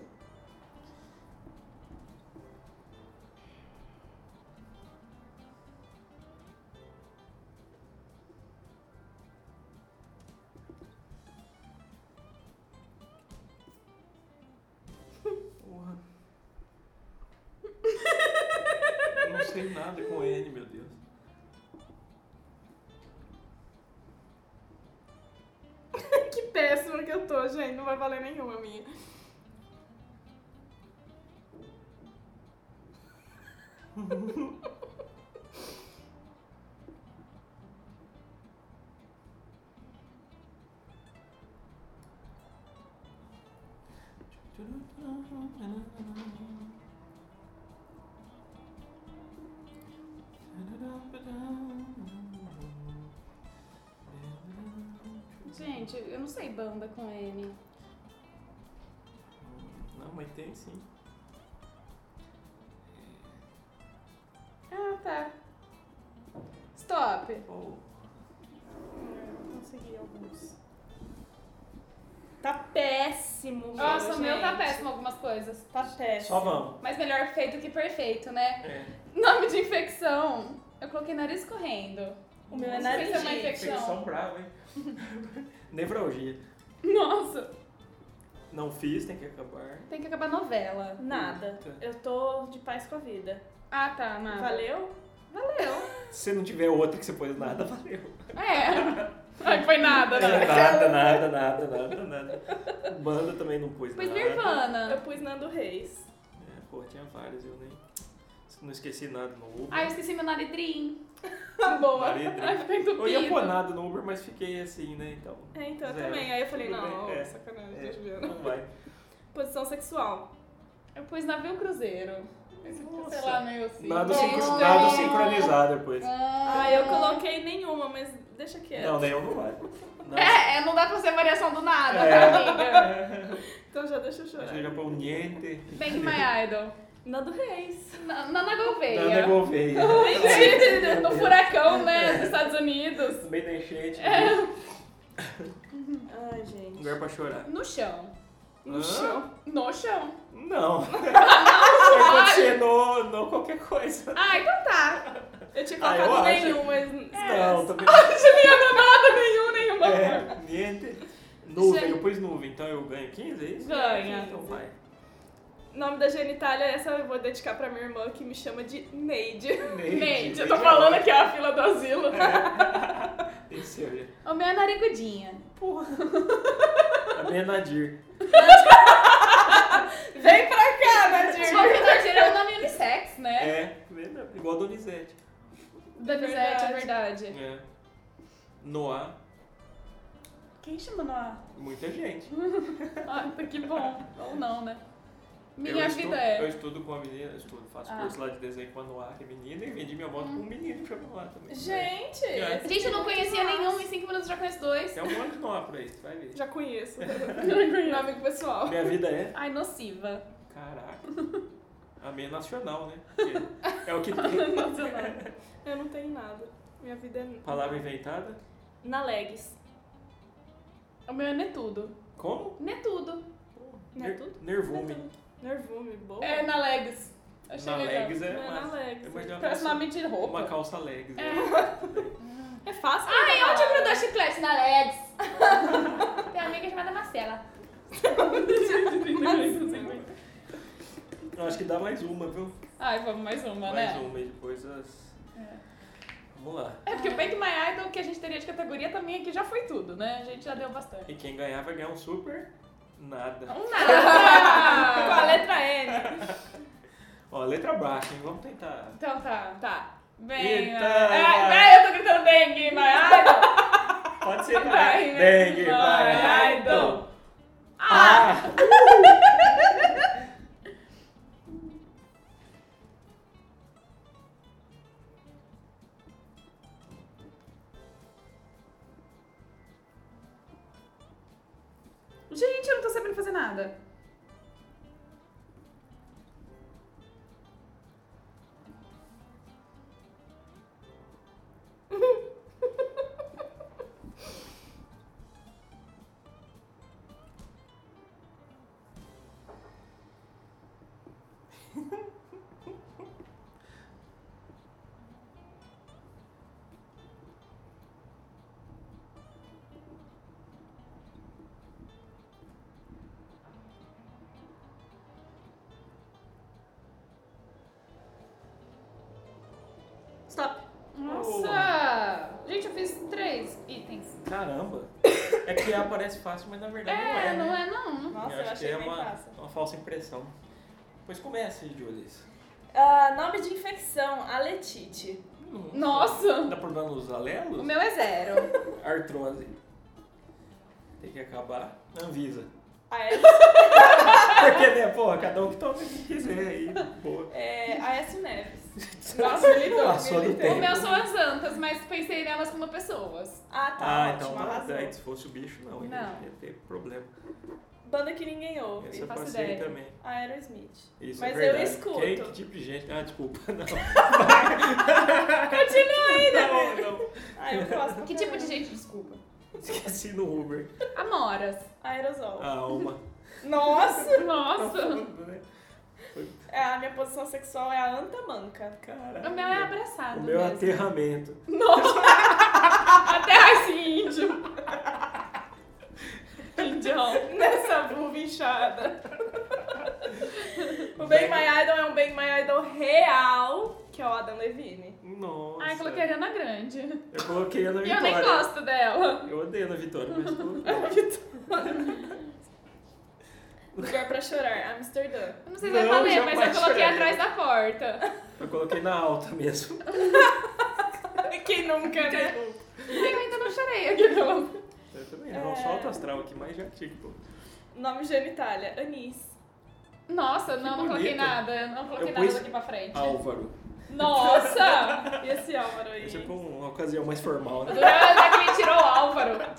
Speaker 2: Porra. Eu não sei nada com N, meu Deus.
Speaker 3: que péssima que eu tô, gente. Não vai valer nenhuma minha.
Speaker 1: Gente, eu não sei banda com N.
Speaker 2: Não, mas tem sim.
Speaker 3: Ah, tá.
Speaker 1: Stop.
Speaker 2: Oh.
Speaker 3: Hum, Consegui alguns. Tá péssimo,
Speaker 1: Nossa,
Speaker 3: gente.
Speaker 1: o meu tá péssimo algumas coisas.
Speaker 3: Tá péssimo.
Speaker 2: Só vamos.
Speaker 1: Mas melhor feito que perfeito, né?
Speaker 2: É.
Speaker 1: Nome de infecção. Eu coloquei nariz correndo.
Speaker 3: O meu é
Speaker 1: Nossa,
Speaker 3: nariz.
Speaker 1: isso é uma infecção.
Speaker 2: Infecção brava, hein? Nevralgia.
Speaker 1: Nossa.
Speaker 2: Não fiz, tem que acabar.
Speaker 1: Tem que acabar a novela.
Speaker 3: Nada.
Speaker 2: Puta.
Speaker 3: Eu tô de paz com a vida.
Speaker 1: Ah, tá, nada.
Speaker 3: Valeu?
Speaker 1: Valeu.
Speaker 2: Se não tiver outra que você pôs nada, valeu. É,
Speaker 1: É. Ai, foi nada, né?
Speaker 2: Nada, nada, nada, nada, nada. Banda também não pôs
Speaker 1: Pois
Speaker 2: nada.
Speaker 3: Eu
Speaker 1: Nirvana.
Speaker 3: pus Nando Reis.
Speaker 2: É, pô, tinha várias, eu nem. Não esqueci nada no Uber.
Speaker 1: Ai, Ah, eu esqueci meu nariz Dream.
Speaker 3: Boa.
Speaker 2: Maridra.
Speaker 1: Ai, ficou entupido.
Speaker 2: Eu ia pôr nada no Uber, mas fiquei assim, né? Então.
Speaker 3: É, então, eu
Speaker 2: Zero.
Speaker 3: também. Aí eu falei,
Speaker 2: Tudo
Speaker 3: não,
Speaker 2: bem, é.
Speaker 3: sacanagem,
Speaker 2: É,
Speaker 3: tô juliana.
Speaker 2: não vai.
Speaker 3: Posição sexual.
Speaker 1: Eu pus navio cruzeiro. Esse ficou, sei lá, meio assim.
Speaker 2: Nada,
Speaker 1: Gente,
Speaker 2: sincro...
Speaker 3: Gente.
Speaker 2: nada sincronizado depois.
Speaker 1: Ah,
Speaker 3: Ah, eu coloquei nenhuma, mas deixa quieto.
Speaker 2: Não, né? nenhum não vai. Nada.
Speaker 1: É, é, não dá pra ser variação do nada,
Speaker 2: É.
Speaker 1: né, amiga?
Speaker 3: Então já deixa eu
Speaker 2: A
Speaker 3: chorar.
Speaker 2: gente já põe um niente.
Speaker 1: Bang My Idol.
Speaker 3: Nando Reis.
Speaker 1: Na- Nana
Speaker 2: Nada
Speaker 1: Gouveia.
Speaker 2: Gouveia.
Speaker 1: é. Mentira, no furacão,
Speaker 2: É.
Speaker 1: né, dos Estados Unidos.
Speaker 2: Bem na enchente.
Speaker 1: É.
Speaker 3: Ai, gente.
Speaker 2: Lugar pra chorar.
Speaker 1: No chão.
Speaker 3: No
Speaker 2: Hã?
Speaker 3: chão.
Speaker 1: No chão.
Speaker 2: Não. Vai acontecer no, no qualquer coisa.
Speaker 1: Ah, então tá.
Speaker 3: Eu tinha
Speaker 2: Ah, eu
Speaker 3: colocado
Speaker 2: acho.
Speaker 3: nenhum,
Speaker 1: É.
Speaker 3: mas.
Speaker 2: Não, tá também.
Speaker 1: Juliana, nada, nenhum, nenhuma.
Speaker 2: É, niente. Nuvem,
Speaker 1: Gente.
Speaker 2: eu pus nuvem, então eu ganho 15, é isso?
Speaker 1: Ganha.
Speaker 2: Então vai.
Speaker 3: O nome da genitália, essa eu vou dedicar pra minha irmã que me chama de Neide.
Speaker 1: Gente, eu
Speaker 2: Neide
Speaker 1: tô
Speaker 2: é
Speaker 1: falando
Speaker 2: ótimo.
Speaker 1: aqui, ó, a fila do asilo.
Speaker 2: Tem que ser, né?
Speaker 1: O meu é narigudinha.
Speaker 2: A minha é Nadir.
Speaker 3: Vem pra cá, Nadir!
Speaker 1: Tipo, a narigudinha é um nome unissex, né?
Speaker 2: É, lembra? igual a Donizete.
Speaker 1: Donizete, é verdade.
Speaker 2: É. Noah,
Speaker 3: Quem chama Noah?
Speaker 2: muita gente.
Speaker 1: Ah, que bom. Ou não, né?
Speaker 2: eu
Speaker 1: Minha
Speaker 2: estudo,
Speaker 1: vida é.
Speaker 2: Eu estudo com a menina, eu estudo, faço
Speaker 1: Ah. Hum.
Speaker 2: curso lá de desenho com a Noah, que é menina, e vendi minha moto com um menino que chama Noah também.
Speaker 3: Gente!
Speaker 2: É.
Speaker 3: esse
Speaker 1: Gente, eu não
Speaker 3: nome
Speaker 1: conhecia
Speaker 3: nossa.
Speaker 1: nenhum, em 5 minutos eu já conheço dois.
Speaker 2: Tem um monte de Noah por aí, você vai ver.
Speaker 3: Já conheço. Meu amigo pessoal.
Speaker 2: Minha vida é.
Speaker 1: Ai, nociva.
Speaker 2: Caraca. A minha é nacional, né? Porque É o que tem.
Speaker 3: Eu não tenho nada. Minha vida é.
Speaker 2: Palavra inventada?
Speaker 3: Na legs.
Speaker 1: O meu é Netudo.
Speaker 2: Como?
Speaker 1: Netudo.
Speaker 3: Netudo?
Speaker 2: Nervume.
Speaker 3: é Nervume, boa.
Speaker 1: É, na Legs. é Achei
Speaker 2: Na
Speaker 1: legal.
Speaker 2: legs é
Speaker 3: Não é na
Speaker 2: massa.
Speaker 3: legs.
Speaker 2: É mais de uma
Speaker 1: Parece uma
Speaker 2: calça,
Speaker 1: mentira roupa. É.
Speaker 2: uma calça legs. né?
Speaker 3: É fácil.
Speaker 1: Ai,
Speaker 3: né?
Speaker 1: onde grudou chiclete? Na Legs. Tem uma amiga chamada Marcela.
Speaker 2: Eu acho que dá mais uma, viu?
Speaker 1: Ai, vamos mais uma,
Speaker 2: mais
Speaker 1: né?
Speaker 2: uma e depois as... Vamos lá.
Speaker 1: É porque o Bang My Idol que a gente teria de categoria também aqui já foi tudo, né? A gente já deu bastante.
Speaker 2: E quem ganhar vai ganhar um super nada.
Speaker 1: Um nada.
Speaker 3: Com a letra N.
Speaker 2: Ó, letra baixa, hein? Vamos tentar.
Speaker 1: Então tá.
Speaker 3: Tá.
Speaker 1: Bem,
Speaker 2: Eita.
Speaker 1: ai, ai, eu tô gritando Bang My Idol.
Speaker 2: Pode ser.
Speaker 1: Vai, né?
Speaker 2: Dengue,
Speaker 1: vai,
Speaker 2: vai,
Speaker 1: vai,
Speaker 2: então.
Speaker 1: dom.
Speaker 2: Ah!
Speaker 1: Gente, eu não tô sabendo fazer nada.
Speaker 3: Stop.
Speaker 1: Nossa! Gente, eu fiz três itens.
Speaker 2: Caramba. É que aparece fácil, mas na verdade não é.
Speaker 1: É, não
Speaker 2: né?
Speaker 1: é não.
Speaker 3: Nossa, eu
Speaker 2: Eu acho que
Speaker 3: achei
Speaker 2: é
Speaker 3: bem
Speaker 2: uma,
Speaker 3: fácil.
Speaker 2: uma falsa impressão. Pois comece, Julius.
Speaker 3: Ah, nome de infecção, aletite.
Speaker 1: Nossa!
Speaker 2: Dá problema nos
Speaker 1: O
Speaker 2: alelos?
Speaker 1: meu é zero.
Speaker 2: Artrose. Tem que acabar. Anvisa.
Speaker 3: A S,
Speaker 2: Porque, né, porra, cada um que toma o que quiser aí. Boa.
Speaker 3: é, a S Neves.
Speaker 1: Nossa,
Speaker 2: Passou do
Speaker 1: O meu
Speaker 2: tempo.
Speaker 1: são as antas, mas pensei nelas como pessoas.
Speaker 3: Ah, tá.
Speaker 2: Ah,
Speaker 3: ótimo,
Speaker 2: então
Speaker 3: arrasou.
Speaker 2: tá. daí, Se fosse o bicho, não.
Speaker 1: Não.
Speaker 2: Ia ter problema.
Speaker 3: Banda que ninguém ouve. Ah,
Speaker 2: Essa eu
Speaker 1: faço
Speaker 2: passei então.
Speaker 1: ideia.
Speaker 2: também.
Speaker 3: Aerosmith.
Speaker 2: Isso
Speaker 3: Mas
Speaker 2: é verdade.
Speaker 3: eu escuto.
Speaker 2: Quem, que tipo de gente? Ah, desculpa. Não, Tá
Speaker 3: Continua ainda, né?
Speaker 2: não, não.
Speaker 3: Ah, eu gosto.
Speaker 1: Que tipo de gente, desculpa?
Speaker 2: Esqueci no Uber.
Speaker 1: Amoras.
Speaker 3: Aerosol.
Speaker 2: A alma.
Speaker 3: Nossa!
Speaker 1: Nossa!
Speaker 2: Né?
Speaker 3: É, a minha posição sexual é a antamanca.
Speaker 1: O
Speaker 2: Caralho.
Speaker 1: meu é abraçado.
Speaker 2: O meu é
Speaker 1: mesmo.
Speaker 2: aterramento.
Speaker 1: Nossa! é Até esse índio. Indião.
Speaker 2: é um
Speaker 3: Nessa vulva em
Speaker 1: inchada.
Speaker 3: O Bang My Idol é um Bang My Idol real, que é o Adam Levine.
Speaker 2: Nossa.
Speaker 1: Ai, coloquei a Ariana Grande.
Speaker 2: Eu coloquei a Ana
Speaker 1: E
Speaker 2: Vitória.
Speaker 1: eu nem gosto dela.
Speaker 2: Eu odeio a Ana Vitória, mas coloquei.
Speaker 3: Lugar é pra chorar, Amsterdã.
Speaker 1: Eu não sei se eu
Speaker 2: Não,
Speaker 1: falei,
Speaker 2: jamais
Speaker 1: mas eu coloquei
Speaker 2: chorei.
Speaker 1: atrás da porta.
Speaker 2: Eu coloquei na alta mesmo.
Speaker 3: Quem
Speaker 2: é,
Speaker 3: nunca, né?
Speaker 1: Eu ainda não chorei aqui, não.
Speaker 2: Eu também não,
Speaker 1: É.
Speaker 2: só alto astral aqui, mas já tipo.
Speaker 3: Nome genitália, Anis.
Speaker 1: Nossa, não, não coloquei
Speaker 2: bonito.
Speaker 1: nada. Eu Não coloquei
Speaker 2: Eu
Speaker 1: nada
Speaker 2: pus- Ah.
Speaker 1: daqui pra frente.
Speaker 2: Álvaro.
Speaker 1: Nossa!
Speaker 3: E esse Álvaro aí?
Speaker 2: É tipo uma ocasião mais formal, né?
Speaker 1: Durante é que me tirou o Álvaro.
Speaker 2: Nunca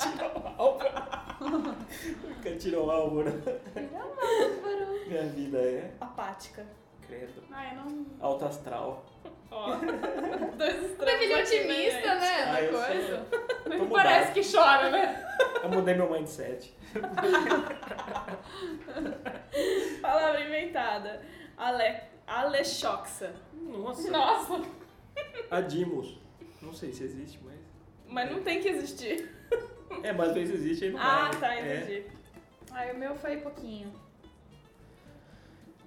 Speaker 2: tirou Álvaro.
Speaker 1: Álvaro.
Speaker 2: Minha vida é.
Speaker 3: Apática.
Speaker 2: Credo.
Speaker 1: Ai, não.
Speaker 2: Alto astral.
Speaker 3: Ó. Dois estranhos.
Speaker 1: Deveria
Speaker 3: aqui, né,
Speaker 1: é otimista,
Speaker 3: gente?
Speaker 1: né?
Speaker 2: Ah,
Speaker 1: Na
Speaker 2: eu
Speaker 1: coisa.
Speaker 2: Tô
Speaker 1: Parece
Speaker 2: mudado.
Speaker 1: que chora, né?
Speaker 2: Eu mudei meu mindset.
Speaker 3: Palavra inventada. Ale... Alexoxa.
Speaker 2: Nossa.
Speaker 1: Nossa.
Speaker 2: Adimus. Não sei se existe, mas.
Speaker 3: Mas não tem que existir.
Speaker 2: É, mas às vezes existe aí não
Speaker 3: Ah,
Speaker 2: vale.
Speaker 3: tá,
Speaker 2: É.
Speaker 3: entendi.
Speaker 1: Ai, o meu foi pouquinho.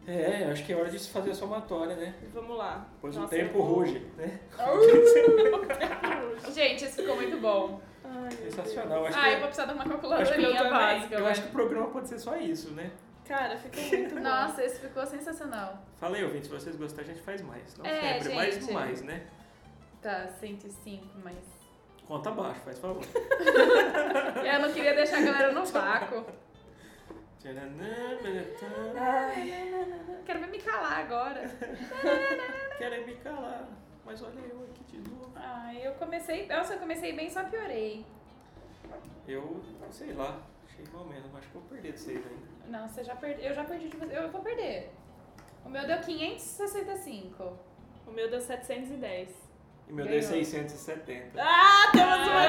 Speaker 2: É, acho que é hora de se fazer a somatória, né?
Speaker 3: Vamos lá.
Speaker 2: Pois o
Speaker 3: Nossa,
Speaker 2: tempo
Speaker 3: eu vou-
Speaker 2: ruge, né?
Speaker 3: Au! O tempo ruge.
Speaker 1: Gente, esse ficou muito bom.
Speaker 3: Ai, meu
Speaker 2: Sensacional. Acho
Speaker 1: Ai, eu
Speaker 2: que,
Speaker 1: vou precisar de uma
Speaker 2: acho que eu
Speaker 1: calculadorinha
Speaker 2: também.
Speaker 1: básica.
Speaker 2: eu
Speaker 1: né?
Speaker 2: acho que o programa pode ser só isso, né?
Speaker 3: Deus. Cara, ficou muito bom.
Speaker 1: Nossa, esse ficou sensacional.
Speaker 2: Fala aí, ouvinte, se vocês gostarem, a gente faz mais. Não
Speaker 1: É,
Speaker 2: sempre, mais
Speaker 1: gente.
Speaker 2: no mais, né?
Speaker 1: Tá, 105, mas.
Speaker 2: Conta abaixo, faz favor.
Speaker 1: Eu não queria deixar a galera no vácuo. Quero ver me calar agora.
Speaker 2: Querem me calar, mas olha eu aqui de novo.
Speaker 1: Ai, eu comecei. Nossa, eu comecei bem, só piorei.
Speaker 2: Eu, sei lá, achei mal mesmo, acho que eu vou perder de vocês ainda.
Speaker 1: Não, você já perde... eu já perdi de você. Eu vou perder. O meu deu 565.
Speaker 3: O meu deu 710.
Speaker 2: E meu deu
Speaker 1: Ganhou.
Speaker 2: 670.
Speaker 3: Ah, temos uma
Speaker 1: Ah!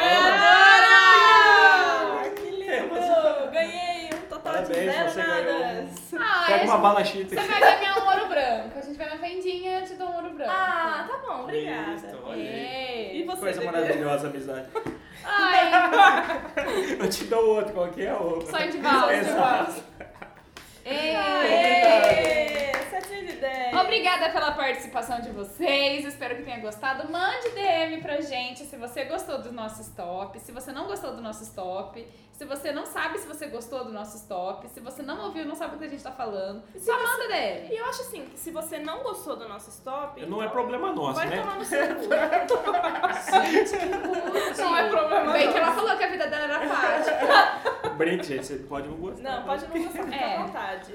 Speaker 3: ganhadora!
Speaker 2: que
Speaker 3: Eu ganhei um total
Speaker 2: Parabéns,
Speaker 3: de
Speaker 2: você
Speaker 3: zero
Speaker 2: ganhou. um.
Speaker 3: nadas.
Speaker 1: Ah,
Speaker 2: Pega
Speaker 1: é.
Speaker 2: uma bala chita
Speaker 1: Você
Speaker 2: aqui.
Speaker 1: vai ganhar um ouro branco. A gente vai na vendinha e te dou um ouro branco.
Speaker 3: Ah, tá bom, obrigada.
Speaker 2: Isso, olha aí.
Speaker 3: E
Speaker 1: Ei.
Speaker 3: você,
Speaker 2: Coisa
Speaker 3: Dedê?
Speaker 2: maravilhosa, amizade.
Speaker 1: Ai,
Speaker 2: Eu te dou outro, qualquer outro.
Speaker 1: sonho de valsa.
Speaker 2: Exato.
Speaker 1: Ei.
Speaker 3: Aê! 710.
Speaker 1: Obrigada pela participação de vocês, espero que tenha gostado. Mande DM pra gente se você gostou do nosso stop, se você não gostou do nosso stop, se você não sabe se você gostou do nosso stop, se você não ouviu, não sabe o que a gente tá falando.
Speaker 3: E se
Speaker 1: Só
Speaker 3: você-
Speaker 1: manda DM.
Speaker 3: E eu acho assim, que se você não gostou do nosso stop...
Speaker 2: Não é
Speaker 3: então
Speaker 2: problema nosso,
Speaker 3: Vai
Speaker 2: né?
Speaker 3: tomar no seu cu.
Speaker 1: Não é problema. Bem que ela falou que a vida dela era fática.
Speaker 2: Brinca, gente, você pode não gostar.
Speaker 3: Não, pode não gostar, fica
Speaker 1: É.
Speaker 3: à vontade.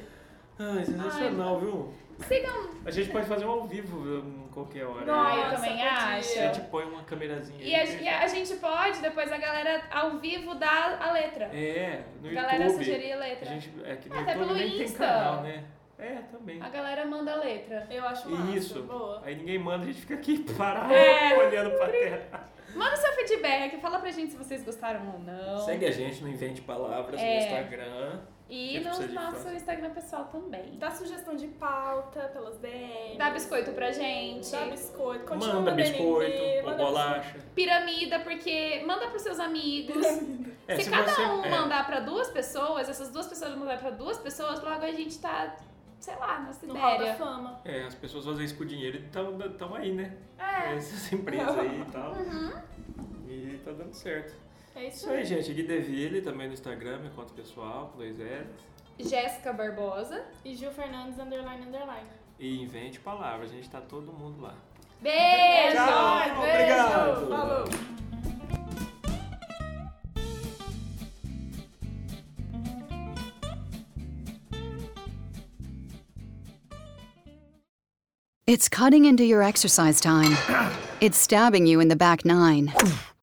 Speaker 2: Ai, sensacional, viu?
Speaker 1: Sigam.
Speaker 2: A gente pode fazer um ao vivo em qualquer hora.
Speaker 1: Ah, eu
Speaker 3: Nossa,
Speaker 1: também
Speaker 3: podia.
Speaker 1: acho.
Speaker 2: A gente põe uma câmerazinha
Speaker 1: E a, e a gente é pode, depois a galera ao vivo dá a letra.
Speaker 2: É, no
Speaker 1: galera
Speaker 2: YouTube.
Speaker 1: sugerir a
Speaker 2: A
Speaker 1: letra.
Speaker 2: gente, é que no
Speaker 1: Ah, até
Speaker 2: YouTube
Speaker 1: pelo
Speaker 2: nem tem
Speaker 1: Insta. Ah,
Speaker 2: canal, né? É, também.
Speaker 1: A galera manda a letra.
Speaker 3: Eu acho
Speaker 2: E
Speaker 3: massa.
Speaker 2: isso.
Speaker 3: Boa.
Speaker 2: Aí ninguém manda, a gente fica aqui parado,
Speaker 1: É.
Speaker 2: olhando pra terra.
Speaker 1: Manda seu feedback, fala pra gente se vocês gostaram ou não.
Speaker 2: Segue a gente no Invente Palavras,
Speaker 1: Então- É.
Speaker 2: no Instagram.
Speaker 1: E
Speaker 2: Sempre precisa
Speaker 1: no
Speaker 2: de
Speaker 1: nosso
Speaker 2: fã.
Speaker 1: Instagram pessoal também.
Speaker 3: Dá sugestão de pauta pelas DMs.
Speaker 1: Dá biscoito pra gente.
Speaker 3: Dá biscoito. Continua
Speaker 2: manda
Speaker 3: mandando
Speaker 2: biscoito
Speaker 3: e-mail,
Speaker 2: ou
Speaker 3: manda
Speaker 2: bolacha.
Speaker 1: assim. Piramida, porque manda pros seus amigos.
Speaker 2: É,
Speaker 1: se, cada um
Speaker 2: é,
Speaker 1: mandar pra duas pessoas, essas duas pessoas mandar pra duas pessoas, logo a gente tá, sei lá, na
Speaker 3: No Hall da
Speaker 1: Sibéria.
Speaker 3: Fama.
Speaker 2: É, as pessoas fazem isso com dinheiro e estão aí, né?
Speaker 1: É.
Speaker 2: Essas empresas aí e tal. E tá dando certo.
Speaker 3: É
Speaker 2: Isso aí, gente. Gui Deville também no Instagram, minha conta pessoal, com dois L's.
Speaker 1: Jéssica Barbosa.
Speaker 3: E Gil Fernandes, underline, underline.
Speaker 2: E invente palavras, a gente tá todo mundo lá.
Speaker 1: Beijo!
Speaker 2: Tchau, obrigado.
Speaker 3: É Beijo, Falou.
Speaker 4: It's cutting into your exercise time. It's stabbing you in the back nine.